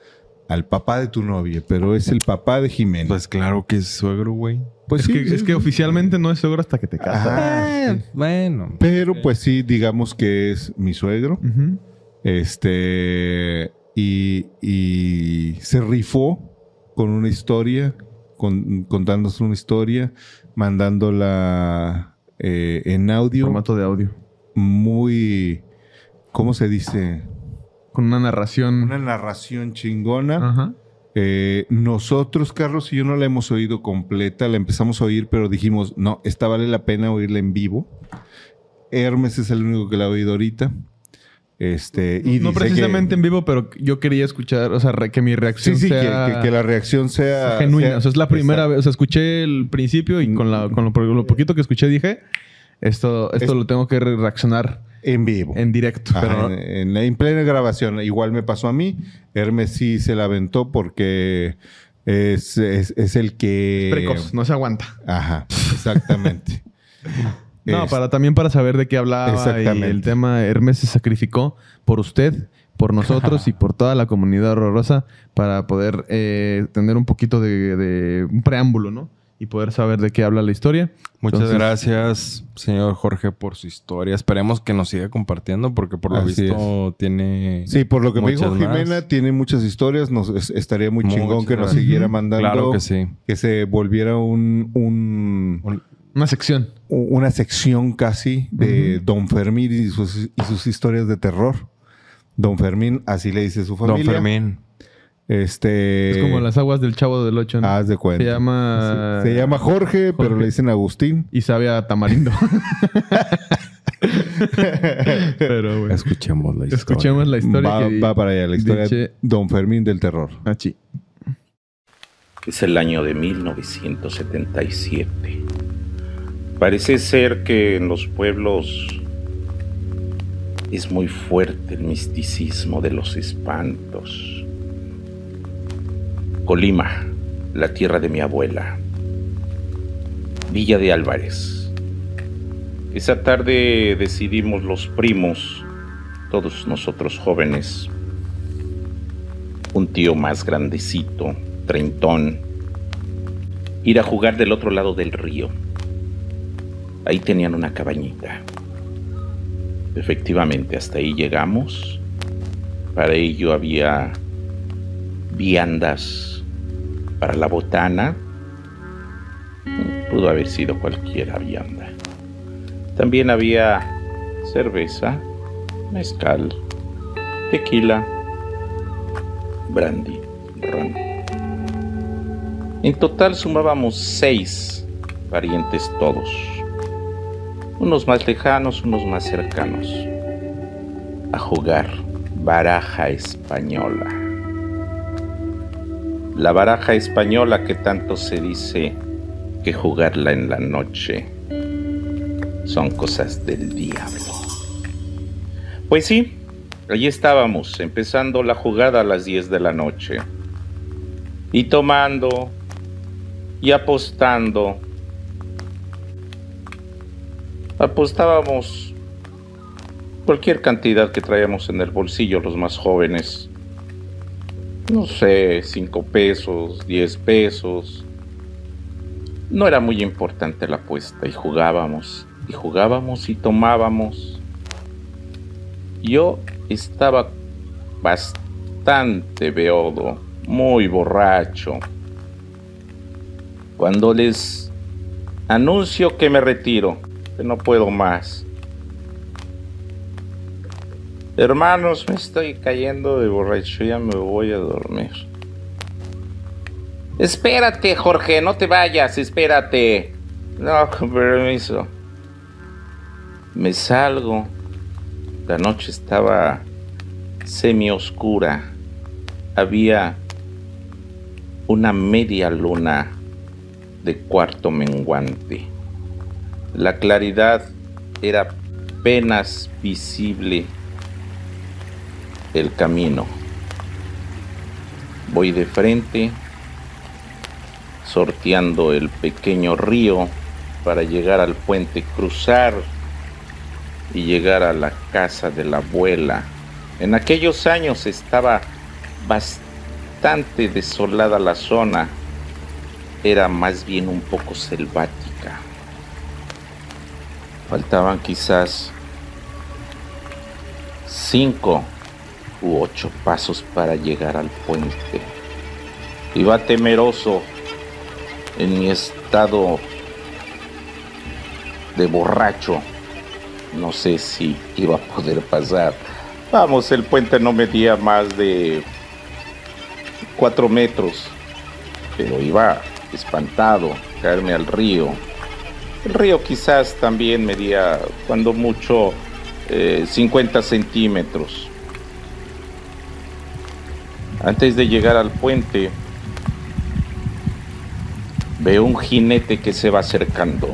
[SPEAKER 2] al papá de tu novia, pero es el papá de Jimena.
[SPEAKER 4] Pues claro que es suegro, güey.
[SPEAKER 2] Pues
[SPEAKER 3] es,
[SPEAKER 2] sí,
[SPEAKER 3] que,
[SPEAKER 2] sí,
[SPEAKER 3] es que
[SPEAKER 2] sí.
[SPEAKER 3] oficialmente no es seguro hasta que te casas.
[SPEAKER 2] Ajá, sí.
[SPEAKER 4] Bueno.
[SPEAKER 2] Pero pues sí, digamos que es mi suegro.
[SPEAKER 3] Ujú.
[SPEAKER 2] Este. Y, y se rifó con una historia, con, contándonos una historia, mandándola eh, en audio,
[SPEAKER 3] Formato de audio.
[SPEAKER 2] muy. ¿Cómo se dice?
[SPEAKER 3] Con una narración.
[SPEAKER 2] Una narración chingona.
[SPEAKER 3] Ajá.
[SPEAKER 2] Eh, nosotros, Carlos y yo, no la hemos oído completa, la empezamos a oír, pero dijimos, no, esta vale la pena oírla en vivo. Hermes es el único que la ha oído ahorita. Este, y
[SPEAKER 3] no
[SPEAKER 2] dice
[SPEAKER 3] precisamente
[SPEAKER 2] que,
[SPEAKER 3] en vivo, pero yo quería escuchar, o sea, re- que mi reacción
[SPEAKER 2] Sí, sí, que,
[SPEAKER 3] sea
[SPEAKER 2] que- que la reacción sea
[SPEAKER 3] genuina.
[SPEAKER 2] sea-
[SPEAKER 3] o sea, es la primera
[SPEAKER 2] Exacto. Mm.
[SPEAKER 3] vez, o sea, escuché el principio y con, la, con lo, po- lo poquito que escuché dije, esto, esto
[SPEAKER 2] Es-
[SPEAKER 3] lo tengo que re- reaccionar
[SPEAKER 2] en vivo.
[SPEAKER 3] en directo.
[SPEAKER 2] Ajá,
[SPEAKER 3] pero
[SPEAKER 2] en, en- en plena grabación. Igual me pasó a mí. Hermes sí se la aventó porque es, es- es el que.
[SPEAKER 3] precoz, no se aguanta.
[SPEAKER 2] Ajá, exactamente.
[SPEAKER 3] No,
[SPEAKER 2] Este,
[SPEAKER 3] para, también para saber de qué hablaba
[SPEAKER 2] Exactamente.
[SPEAKER 3] y el tema Hermes se sacrificó por usted, por nosotros y por toda la comunidad horrorosa para poder eh, tener un poquito de, de un preámbulo, ¿no? Y y poder saber de qué habla la historia.
[SPEAKER 4] Muchas
[SPEAKER 3] Entonces,
[SPEAKER 4] gracias, señor Jorge, por su historia. Esperemos que nos siga compartiendo porque por lo
[SPEAKER 2] Así
[SPEAKER 4] visto tiene...
[SPEAKER 2] Este, Sí, por lo que me dijo
[SPEAKER 4] muchas más.
[SPEAKER 2] Jimena, tiene muchas historias. Nos, es- estaría muy
[SPEAKER 4] Muchas
[SPEAKER 2] chingón que nos
[SPEAKER 4] gracias.
[SPEAKER 2] siguiera mandando.
[SPEAKER 4] Claro que sí.
[SPEAKER 2] que se volviera un, un-
[SPEAKER 3] Una sección.
[SPEAKER 2] u- una sección casi de Don Fermín y sus, y sus historias de terror. Don Fermín, así le dice su familia.
[SPEAKER 4] Don Fermín.
[SPEAKER 2] Este.
[SPEAKER 3] es como las aguas del chavo del ocho. ¿no?
[SPEAKER 2] Haz de cuenta.
[SPEAKER 3] Se llama-
[SPEAKER 2] ah, Se llama Jorge, pero
[SPEAKER 3] Jorge.
[SPEAKER 2] le dicen Agustín.
[SPEAKER 3] Y sabe a tamarindo. Pero bueno.
[SPEAKER 4] Escuchemos la historia.
[SPEAKER 3] Escuchemos la historia.
[SPEAKER 2] Va,
[SPEAKER 3] que-
[SPEAKER 2] va para allá, la historia de
[SPEAKER 3] dice-
[SPEAKER 2] Don Fermín del terror.
[SPEAKER 3] Ah, sí.
[SPEAKER 8] Es el año de 1977. Parece ser que en los pueblos es muy fuerte el misticismo de los espantos. Colima, la tierra de mi abuela. Villa de Álvarez. Esa tarde decidimos los primos, todos nosotros jóvenes, un tío más grandecito, treintón, ir a jugar del otro lado del río. Ahí tenían una cabañita. Efectivamente, hasta ahí llegamos. Para ello había viandas para la botana. Pudo haber sido cualquiera vianda. También había cerveza, mezcal, tequila, brandy, ron. En total sumábamos seis parientes todos. Unos más lejanos, unos más cercanos. A jugar baraja española. La baraja española que tanto se dice que jugarla en la noche son cosas del diablo. Pues sí, allí estábamos, empezando la jugada a las 10 de la noche y tomando y apostando. Apostábamos cualquier cantidad que traíamos en el bolsillo los más jóvenes. No sé, 5 pesos, 10 pesos. No era muy importante la apuesta y jugábamos y jugábamos y tomábamos. Yo estaba bastante beodo, muy borracho. Cuando les anuncio que me retiro, que no puedo más. Hermanos, me estoy cayendo de borracho, ya me voy a dormir. Espérate, Jorge, no te vayas, espérate. No, con permiso. Me salgo. La noche estaba semioscura había una media luna de cuarto menguante. La claridad era apenas visible el camino. Voy de frente, sorteando el pequeño río para llegar al puente, cruzar y llegar a la casa de la abuela. En aquellos años estaba bastante desolada la zona, era más bien un poco selvática. Faltaban quizás cinco u ocho pasos para llegar al puente. Iba temeroso en mi estado de borracho. No sé si iba a poder pasar. Vamos, el puente no medía más de cuatro metros, pero iba espantado a caerme al río. El río quizás también medía, cuando mucho, eh, 50 centímetros. Antes de llegar al puente, veo un jinete que se va acercando.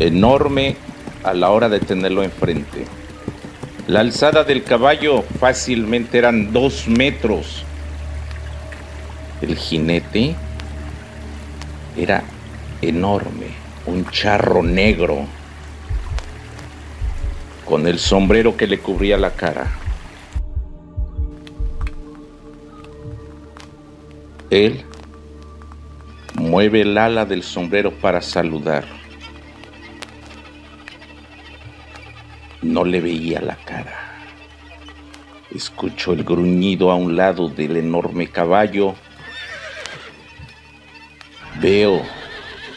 [SPEAKER 8] Enorme a la hora de tenerlo enfrente. La alzada del caballo fácilmente eran dos metros. El jinete era enorme, un charro negro, con el sombrero que le cubría la cara. Él Mueve el ala del sombrero para saludar. No le veía la cara. Escucho el gruñido a un lado del enorme caballo. Veo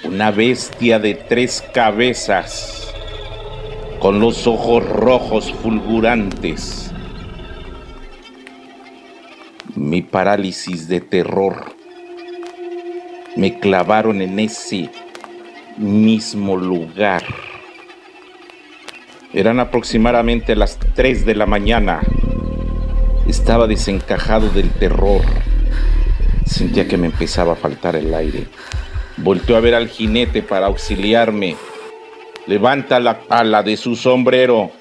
[SPEAKER 8] una bestia de tres cabezas, con los ojos rojos fulgurantes. Mi parálisis de terror me clavaron en ese mismo lugar. Eran aproximadamente las 3 de la mañana. Estaba desencajado del terror. Sentía que me empezaba a faltar el aire. Volteó a ver al jinete para auxiliarme. Levanta la ala de su sombrero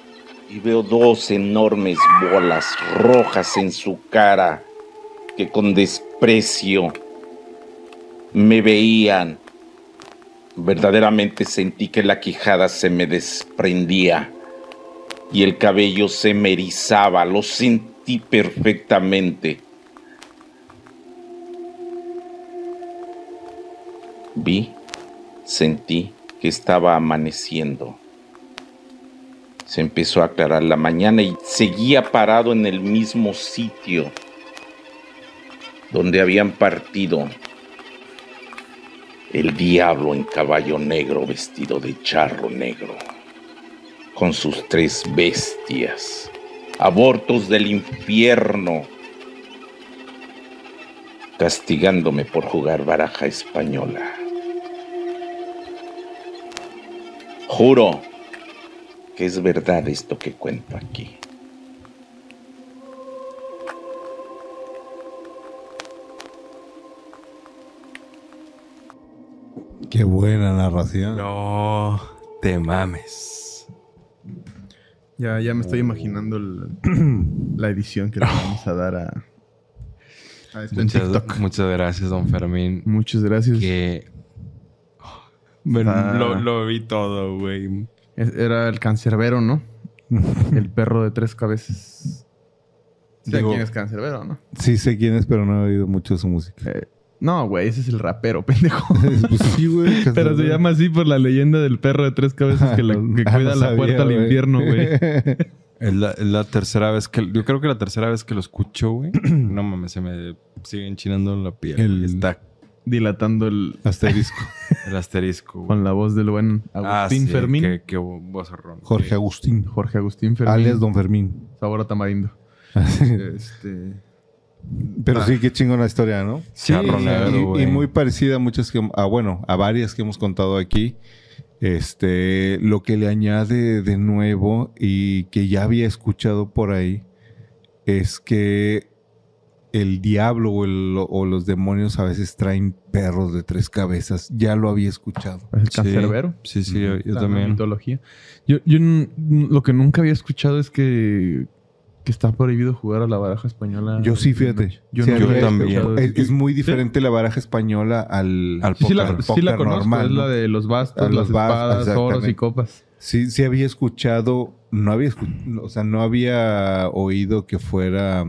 [SPEAKER 8] y veo dos enormes bolas rojas en su cara que con desprecio me veían. Verdaderamente sentí que la quijada se me desprendía y el cabello se me erizaba. Lo sentí perfectamente. Vi, sentí que estaba amaneciendo. Se empezó a aclarar la mañana y seguía parado en el mismo sitio donde habían partido el diablo en caballo negro vestido de charro negro, con sus tres bestias, abortos del infierno, castigándome por jugar baraja española. Juro que es verdad esto que cuento aquí.
[SPEAKER 2] Qué buena narración.
[SPEAKER 4] No te mames.
[SPEAKER 3] Ya, ya me estoy imaginando el- la edición que le vamos a dar a, a esto en TikTok.
[SPEAKER 4] Muchas, muchas gracias, don Fermín.
[SPEAKER 3] Muchas gracias.
[SPEAKER 4] Que. Bueno,
[SPEAKER 3] Ah.
[SPEAKER 4] lo, lo vi todo, güey.
[SPEAKER 3] Es- Era el cancerbero, ¿no? el perro de tres cabezas. Sí,
[SPEAKER 4] Digo-
[SPEAKER 3] quién es cancerbero, ¿no?
[SPEAKER 2] Sí sé quién es, pero no he oído mucho su música.
[SPEAKER 3] Eh, no, güey, ese es el rapero, pendejo.
[SPEAKER 2] Pues sí, güey.
[SPEAKER 3] Pero se llama así por la leyenda del perro de tres cabezas que, le- que
[SPEAKER 2] Ah,
[SPEAKER 3] cuida
[SPEAKER 2] no
[SPEAKER 3] la
[SPEAKER 2] sabía,
[SPEAKER 3] puerta al
[SPEAKER 2] güey.
[SPEAKER 3] infierno, güey.
[SPEAKER 4] Es la, es la tercera vez que. Yo creo que la tercera vez que lo escucho, güey. No mames, se me sigue enchinando la piel.
[SPEAKER 2] El-
[SPEAKER 4] Está
[SPEAKER 3] Dilatando el,
[SPEAKER 2] Asterisco.
[SPEAKER 4] el asterisco, güey.
[SPEAKER 3] con la voz del buen
[SPEAKER 4] Ah,
[SPEAKER 3] Agustín
[SPEAKER 4] sí,
[SPEAKER 3] Fermín.
[SPEAKER 4] Qué, qué vozarrón.
[SPEAKER 2] Jorge Agustín.
[SPEAKER 3] Jorge Agustín Fermín.
[SPEAKER 2] Alias Don Fermín.
[SPEAKER 3] Sabor a tamarindo.
[SPEAKER 2] Este, Pero sí, qué chingona historia, ¿no?
[SPEAKER 4] Sí, Charro
[SPEAKER 2] y-
[SPEAKER 4] negro,
[SPEAKER 2] y- y,
[SPEAKER 4] güey.
[SPEAKER 2] muy parecida a muchas que, a, bueno, a varias que hemos contado aquí. Este, lo que le añade de nuevo y que ya había escuchado por ahí es que el diablo o, el- o los demonios a veces traen perros de tres cabezas. Ya lo había escuchado.
[SPEAKER 3] El
[SPEAKER 4] Sí.
[SPEAKER 3] cancerbero.
[SPEAKER 4] Sí, sí, yo, yo
[SPEAKER 3] La
[SPEAKER 4] también.
[SPEAKER 3] mitología. Yo, yo n- n- lo que nunca había escuchado es que, que está prohibido jugar a la baraja española.
[SPEAKER 2] Yo sí,
[SPEAKER 3] de
[SPEAKER 2] fíjate.
[SPEAKER 3] noche. Yo,
[SPEAKER 2] Sí,
[SPEAKER 3] no
[SPEAKER 4] yo
[SPEAKER 2] había
[SPEAKER 3] había
[SPEAKER 4] también.
[SPEAKER 3] escuchado
[SPEAKER 2] escuchado. Es,
[SPEAKER 3] eso.
[SPEAKER 2] es muy diferente la baraja española al,
[SPEAKER 4] Al
[SPEAKER 3] Sí, sí la,
[SPEAKER 4] póker,
[SPEAKER 3] sí la
[SPEAKER 2] póker
[SPEAKER 3] conozco,
[SPEAKER 2] normal,
[SPEAKER 3] es
[SPEAKER 2] ¿no?
[SPEAKER 3] la de los
[SPEAKER 2] A
[SPEAKER 3] bastos,
[SPEAKER 2] los
[SPEAKER 3] las
[SPEAKER 2] bastos,
[SPEAKER 3] espadas, oros
[SPEAKER 2] exactamente.
[SPEAKER 3] y copas.
[SPEAKER 2] Sí, sí había escuchado, no había, escu- o sea, no había oído que fuera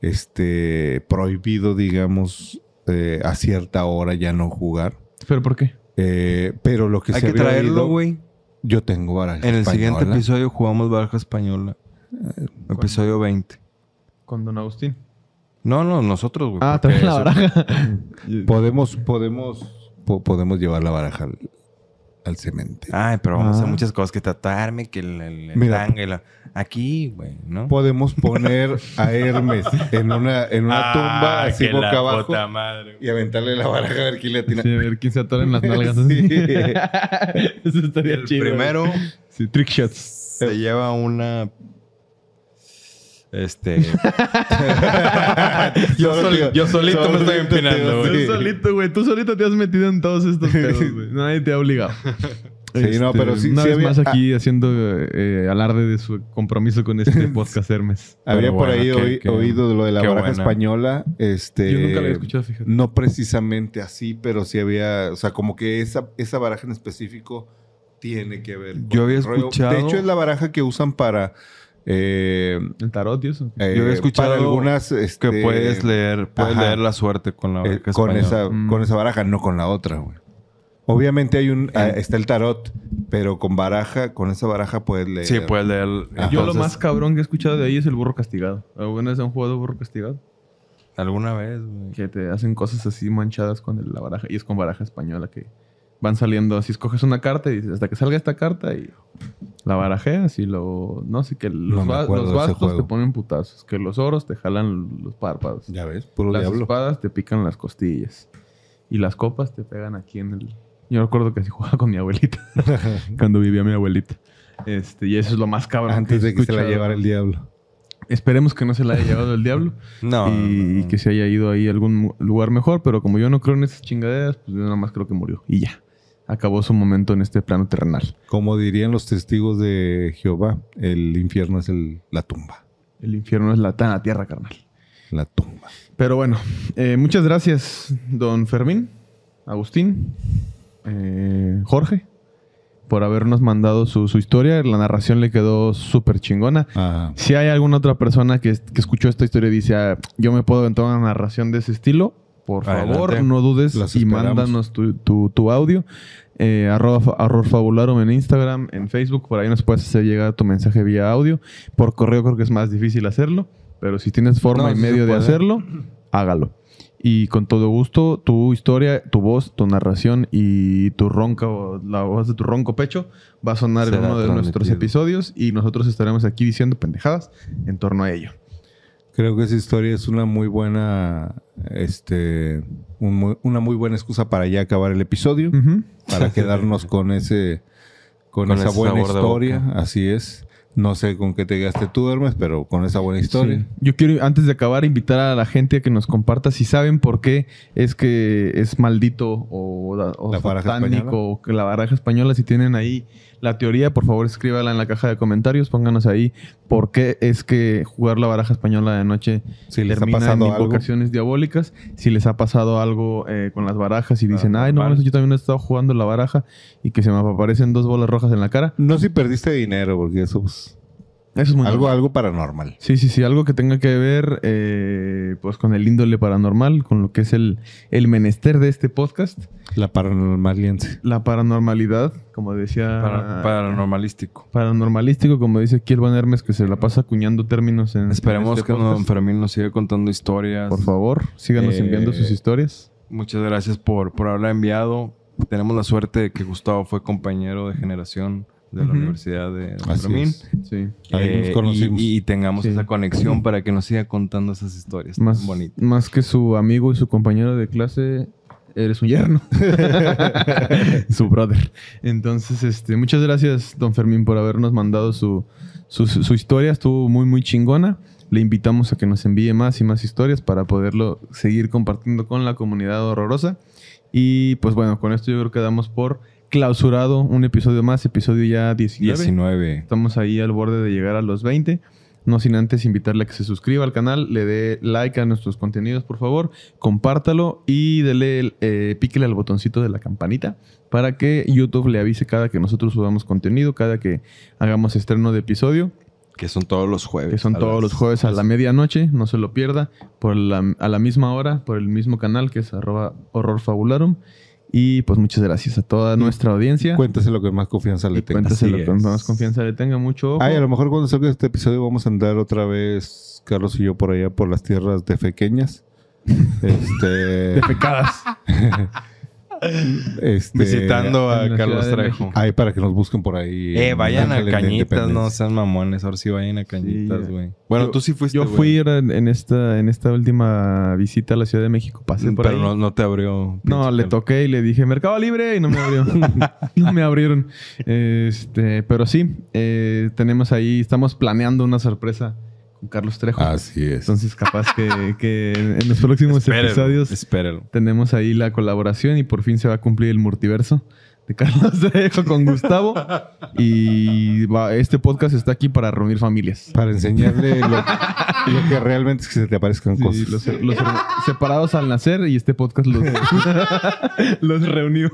[SPEAKER 2] este prohibido, digamos, eh, a cierta hora ya no jugar.
[SPEAKER 3] ¿Pero por qué?
[SPEAKER 2] Eh, pero lo que
[SPEAKER 4] Hay
[SPEAKER 2] se
[SPEAKER 4] que
[SPEAKER 2] había
[SPEAKER 4] traerlo,
[SPEAKER 2] oído-
[SPEAKER 4] güey.
[SPEAKER 2] Yo tengo baraja
[SPEAKER 4] En el siguiente
[SPEAKER 2] española.
[SPEAKER 4] episodio jugamos baraja española. Eh, Episodio 20.
[SPEAKER 3] Con Don Agustín.
[SPEAKER 4] No, no, nosotros, güey.
[SPEAKER 3] Ah,
[SPEAKER 4] porque
[SPEAKER 3] también la
[SPEAKER 4] eso-
[SPEAKER 3] baraja.
[SPEAKER 2] Podemos, podemos, po- podemos llevar la baraja al, al cementerio.
[SPEAKER 4] Ay, pero vamos a
[SPEAKER 3] Ah.
[SPEAKER 4] hacer muchas cosas que tratarme, que el, el, el
[SPEAKER 2] Mira.
[SPEAKER 4] tanga y la- Aquí, güey, ¿no?
[SPEAKER 2] Podemos poner a Hermes en una, en
[SPEAKER 4] Ah,
[SPEAKER 2] una
[SPEAKER 3] Ah,
[SPEAKER 2] tumba así boca abajo y aventarle la baraja a ver quién le atina.
[SPEAKER 3] Sí, a ver quién se atora en las nalgas.
[SPEAKER 2] Sí.
[SPEAKER 3] Eso estaría
[SPEAKER 4] El
[SPEAKER 3] chido.
[SPEAKER 4] primero
[SPEAKER 3] Sí, trick shots.
[SPEAKER 4] se lleva una. Este.
[SPEAKER 2] yo,
[SPEAKER 4] sol- yo solito me estoy empinando,
[SPEAKER 3] Tú
[SPEAKER 4] güey. Sí.
[SPEAKER 3] solito, güey. Tú solito te has metido en todos estos pedos, güey. Nadie te ha obligado. Este,
[SPEAKER 2] Sí, no, pero sí-
[SPEAKER 3] Una
[SPEAKER 2] sí
[SPEAKER 3] vez
[SPEAKER 2] había- ah.
[SPEAKER 3] más aquí haciendo eh, alarde de su compromiso con este podcast Hermes.
[SPEAKER 2] Había
[SPEAKER 4] Pero
[SPEAKER 2] por
[SPEAKER 4] bueno,
[SPEAKER 2] ahí
[SPEAKER 4] qué-
[SPEAKER 2] oí-
[SPEAKER 4] qué-
[SPEAKER 2] oído de lo de la
[SPEAKER 4] qué
[SPEAKER 2] baraja
[SPEAKER 4] buena.
[SPEAKER 2] española. Este,
[SPEAKER 3] Yo nunca lo había escuchado, fíjate.
[SPEAKER 2] No precisamente así, pero sí había. O sea, como que esa, esa baraja en específico tiene que ver. con
[SPEAKER 4] Yo había
[SPEAKER 2] el rollo.
[SPEAKER 4] escuchado-
[SPEAKER 2] De hecho, es la baraja que usan para Eh,
[SPEAKER 3] El tarot y eso.
[SPEAKER 2] eh,
[SPEAKER 4] Yo he escuchado
[SPEAKER 2] para algunas
[SPEAKER 4] Que
[SPEAKER 2] este,
[SPEAKER 4] puedes leer, puedes
[SPEAKER 2] ajá.
[SPEAKER 4] leer la suerte con la
[SPEAKER 2] eh,
[SPEAKER 4] barca
[SPEAKER 2] con
[SPEAKER 4] española.
[SPEAKER 2] esa
[SPEAKER 3] Mm.
[SPEAKER 2] con esa baraja, no con la otra, güey. Obviamente hay
[SPEAKER 4] Eh.
[SPEAKER 2] un ah, está el tarot, pero con baraja, con esa baraja puedes leer.
[SPEAKER 4] Sí, puedes leer.
[SPEAKER 2] Ajá.
[SPEAKER 3] Yo lo
[SPEAKER 2] Entonces-
[SPEAKER 3] más cabrón que he escuchado de ahí es el burro castigado. Ah, ¿Alguna vez han jugado burro castigado?
[SPEAKER 4] Alguna vez, güey.
[SPEAKER 3] Que te hacen cosas así manchadas con el- la baraja. Y es con baraja española que van saliendo. Así escoges una carta y dices, hasta que salga esta carta y la barajeas y lo... No sé, que
[SPEAKER 2] No
[SPEAKER 3] los,
[SPEAKER 2] me
[SPEAKER 3] ba-
[SPEAKER 2] acuerdo
[SPEAKER 3] los
[SPEAKER 2] de ese
[SPEAKER 3] bastos
[SPEAKER 2] juego.
[SPEAKER 3] te ponen putazos. Que los oros te jalan los párpados.
[SPEAKER 2] Ya ves, puro
[SPEAKER 3] las
[SPEAKER 2] diablo.
[SPEAKER 3] espadas te pican las costillas. Y las copas te pegan aquí en el... Yo recuerdo que así jugaba con mi abuelita. cuando vivía mi abuelita. Este, y eso es lo más cabrón.
[SPEAKER 2] Antes
[SPEAKER 3] he
[SPEAKER 2] de que se la
[SPEAKER 3] escuchado.
[SPEAKER 2] llevara el diablo.
[SPEAKER 3] Esperemos que no se la haya llevado el diablo
[SPEAKER 4] No.
[SPEAKER 3] y,
[SPEAKER 4] no,
[SPEAKER 3] que
[SPEAKER 4] no.
[SPEAKER 3] se haya ido ahí a algún mu- lugar mejor, pero como yo no creo en esas chingaderas, pues yo nada más creo que murió y ya. Acabó su momento en este plano terrenal.
[SPEAKER 2] Como dirían los testigos de Jehová, el infierno es el- la tumba.
[SPEAKER 3] El infierno es la tan la tierra, carnal.
[SPEAKER 2] La tumba.
[SPEAKER 3] Pero bueno, eh, muchas gracias, don Fermín, Agustín, eh, Jorge, por habernos mandado su, su historia. La narración le quedó súper chingona.
[SPEAKER 2] Ah,
[SPEAKER 3] Si hay alguna otra persona que, que escuchó esta historia y dice, "Ah, yo me puedo aventar una narración de ese estilo, por favor,
[SPEAKER 4] Adelante.
[SPEAKER 3] no dudes
[SPEAKER 2] Las
[SPEAKER 3] y
[SPEAKER 2] esperamos.
[SPEAKER 3] mándanos tu, tu- tu audio. Eh, arroba fa- arroba fabularum en Instagram, en Facebook, por ahí nos puedes hacer llegar tu mensaje vía audio. Por correo creo que es más difícil hacerlo, pero si tienes forma
[SPEAKER 4] No,
[SPEAKER 3] y
[SPEAKER 4] sí se
[SPEAKER 3] medio de
[SPEAKER 4] puede.
[SPEAKER 3] hacerlo, hágalo. Y con todo gusto, tu historia, tu voz, tu narración y tu ronca, o la voz de tu ronco pecho va a sonar en
[SPEAKER 4] Será
[SPEAKER 3] uno de nuestros
[SPEAKER 4] transmitido.
[SPEAKER 3] episodios y nosotros estaremos aquí diciendo pendejadas en torno a ello.
[SPEAKER 2] creo que esa historia es una muy buena, este, un muy- una muy buena excusa para ya acabar el episodio,
[SPEAKER 3] Mm.
[SPEAKER 2] para quedarnos con ese, con,
[SPEAKER 4] Con
[SPEAKER 2] esa
[SPEAKER 4] ese
[SPEAKER 2] buena
[SPEAKER 4] sabor de
[SPEAKER 2] historia.
[SPEAKER 4] boca.
[SPEAKER 2] Así es. No sé con qué te gaste tú duermes, pero con esa buena historia.
[SPEAKER 3] Sí. Yo quiero, antes de acabar, invitar a la gente a que nos comparta si saben por qué es que es maldito o, da- o
[SPEAKER 2] La baraja
[SPEAKER 3] satánico
[SPEAKER 2] española.
[SPEAKER 3] o que la baraja española. Si tienen ahí la teoría, por favor escríbala en la caja de comentarios. Pónganos ahí por qué es que jugar la baraja española de noche
[SPEAKER 2] Si les ha
[SPEAKER 3] termina
[SPEAKER 2] pasado
[SPEAKER 3] en
[SPEAKER 2] algo,
[SPEAKER 3] invocaciones diabólicas. Si les ha pasado algo eh, con las barajas y dicen, ay, no,
[SPEAKER 4] vale.
[SPEAKER 3] yo también he estado jugando la baraja y que se me aparecen dos bolas rojas en la cara.
[SPEAKER 2] no si perdiste dinero, porque eso es
[SPEAKER 3] Eso es muy
[SPEAKER 2] algo, algo paranormal.
[SPEAKER 3] Sí, sí, sí, algo que tenga que ver eh, pues con el índole paranormal, con lo que es el, el menester de este podcast,
[SPEAKER 2] La paranormaliense.
[SPEAKER 3] la paranormalidad, como decía
[SPEAKER 4] Para- paranormalístico.
[SPEAKER 3] paranormalístico, como dice aquí el buen Hermes, que se la pasa acuñando términos en
[SPEAKER 4] Esperemos
[SPEAKER 3] en este
[SPEAKER 4] que
[SPEAKER 3] podcast.
[SPEAKER 4] Don Fermín nos siga contando historias.
[SPEAKER 3] Por favor, síganos
[SPEAKER 4] Eh,
[SPEAKER 3] enviando sus historias.
[SPEAKER 4] Muchas gracias por, por haberla enviado. Tenemos la suerte de que Gustavo fue compañero de generación de la
[SPEAKER 3] Ujú.
[SPEAKER 4] Universidad de Don
[SPEAKER 2] Así
[SPEAKER 4] Fermín.
[SPEAKER 2] es.
[SPEAKER 3] Sí.
[SPEAKER 2] Ahí
[SPEAKER 4] Eh,
[SPEAKER 2] nos conocimos.
[SPEAKER 4] Y, y tengamos
[SPEAKER 3] Sí.
[SPEAKER 4] esa conexión para que nos siga contando esas historias
[SPEAKER 3] Más,
[SPEAKER 4] tan bonitas.
[SPEAKER 3] más que su amigo y su compañero de clase, eres un yerno. su brother. Entonces, este, muchas gracias, don Fermín, por habernos mandado su, su, su historia. Estuvo muy, muy chingona. Le invitamos a que nos envíe más y más historias para poderlo seguir compartiendo con la comunidad horrorosa. Y pues bueno, con esto yo creo que damos por clausurado un episodio más, episodio ya 19.
[SPEAKER 4] 19.
[SPEAKER 3] Estamos ahí al borde de llegar a los 20. No sin antes invitarle a que se suscriba al canal, le dé like a nuestros contenidos, por favor, compártalo y dele, el, eh, píquele al botoncito de la campanita para que YouTube le avise cada que nosotros subamos contenido, cada que hagamos estreno de episodio,
[SPEAKER 4] Que son todos los jueves.
[SPEAKER 3] que son
[SPEAKER 4] a
[SPEAKER 3] todos
[SPEAKER 4] las-
[SPEAKER 3] los jueves a la medianoche, no se lo pierda, por la- a la misma hora, por el mismo canal que es arroba horrorfabularum. Y pues muchas gracias a toda nuestra audiencia.
[SPEAKER 2] Cuéntese lo que más confianza le
[SPEAKER 3] Y
[SPEAKER 2] tenga.
[SPEAKER 3] cuéntese lo
[SPEAKER 4] Así
[SPEAKER 3] que
[SPEAKER 4] es.
[SPEAKER 3] más confianza le tenga, mucho ojo.
[SPEAKER 2] Ay, a lo mejor cuando salga este episodio vamos a andar otra vez, Carlos y yo, por allá por las tierras de Fequeñas. este,
[SPEAKER 3] pecadas.
[SPEAKER 2] este,
[SPEAKER 4] Visitando
[SPEAKER 3] Eh, en
[SPEAKER 4] a
[SPEAKER 3] la
[SPEAKER 4] Carlos
[SPEAKER 3] Ciudad de
[SPEAKER 4] Trejo.
[SPEAKER 2] Ay, para que nos busquen por ahí.
[SPEAKER 4] Eh,
[SPEAKER 2] en
[SPEAKER 4] vayan a
[SPEAKER 2] Ángel de la
[SPEAKER 4] Cañitas, no
[SPEAKER 2] Independencia.
[SPEAKER 4] sean mamones. Ahora sí vayan a Cañitas,
[SPEAKER 3] Sí.
[SPEAKER 4] güey. bueno,
[SPEAKER 3] Yo-
[SPEAKER 4] tú sí fuiste,
[SPEAKER 3] Yo
[SPEAKER 4] güey.
[SPEAKER 3] fui en, en esta, en esta última visita a la Ciudad de México. Pasé por
[SPEAKER 4] Mm, Pero
[SPEAKER 3] ahí.
[SPEAKER 4] no,
[SPEAKER 3] No,
[SPEAKER 4] no te abrió.
[SPEAKER 3] le
[SPEAKER 4] tocó
[SPEAKER 3] toqué y le dije Mercado Libre y no me abrió. no me abrieron. Este, pero sí, eh, tenemos ahí, estamos planeando una sorpresa con Carlos Trejo.
[SPEAKER 4] Ah.
[SPEAKER 2] Así es.
[SPEAKER 3] Entonces, capaz que, que en en los próximos episodios
[SPEAKER 4] Espéralo.
[SPEAKER 3] tenemos ahí la colaboración y por fin se va a cumplir el multiverso de Carlos Trejo con Gustavo. y va- este podcast está aquí para reunir familias.
[SPEAKER 2] Para enseñarle lo, lo que realmente es que se te aparezcan
[SPEAKER 3] Sí,
[SPEAKER 2] cosas.
[SPEAKER 3] los, los her- separados al nacer y este podcast los, los reunió.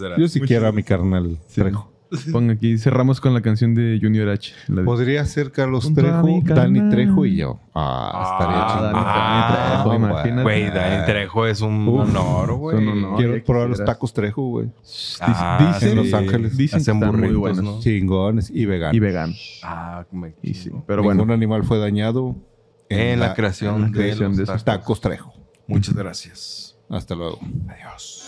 [SPEAKER 2] Yo
[SPEAKER 4] gracias.
[SPEAKER 2] sí Pues, quiero a mi carnal Trejo.
[SPEAKER 3] Ponga aquí, cerramos con la canción de Junior H. la de-
[SPEAKER 2] Podría ser Carlos
[SPEAKER 3] Junto a
[SPEAKER 2] Trejo,
[SPEAKER 3] mi
[SPEAKER 2] Dani
[SPEAKER 3] canal.
[SPEAKER 2] Trejo y yo. Ah,
[SPEAKER 3] Ah, Dani
[SPEAKER 2] estaría
[SPEAKER 3] Trejo,
[SPEAKER 2] chingón.
[SPEAKER 3] imagínate.
[SPEAKER 4] Güey, Dani
[SPEAKER 2] Ah.
[SPEAKER 4] Trejo es un honor, güey.
[SPEAKER 3] un honor.
[SPEAKER 2] Quiero
[SPEAKER 3] ya
[SPEAKER 2] probar los
[SPEAKER 3] quisieras.
[SPEAKER 2] tacos Trejo, güey.
[SPEAKER 4] Ah,
[SPEAKER 2] dicen-
[SPEAKER 4] sí.
[SPEAKER 2] en Los Ángeles.
[SPEAKER 3] Dicen que
[SPEAKER 4] Hacen
[SPEAKER 3] están muy
[SPEAKER 4] burritos,
[SPEAKER 3] buenos.
[SPEAKER 4] ¿no?
[SPEAKER 2] Chingones y veganos.
[SPEAKER 3] Y vegan.
[SPEAKER 4] Ah, me
[SPEAKER 3] Y sí,
[SPEAKER 4] chingo.
[SPEAKER 3] pero
[SPEAKER 2] Ningún
[SPEAKER 3] bueno.
[SPEAKER 2] animal fue dañado
[SPEAKER 4] En la creación
[SPEAKER 2] en la
[SPEAKER 4] de
[SPEAKER 2] creación
[SPEAKER 4] los
[SPEAKER 2] de esos tacos Trejo.
[SPEAKER 4] Muchas gracias.
[SPEAKER 2] Hasta luego.
[SPEAKER 4] Adiós.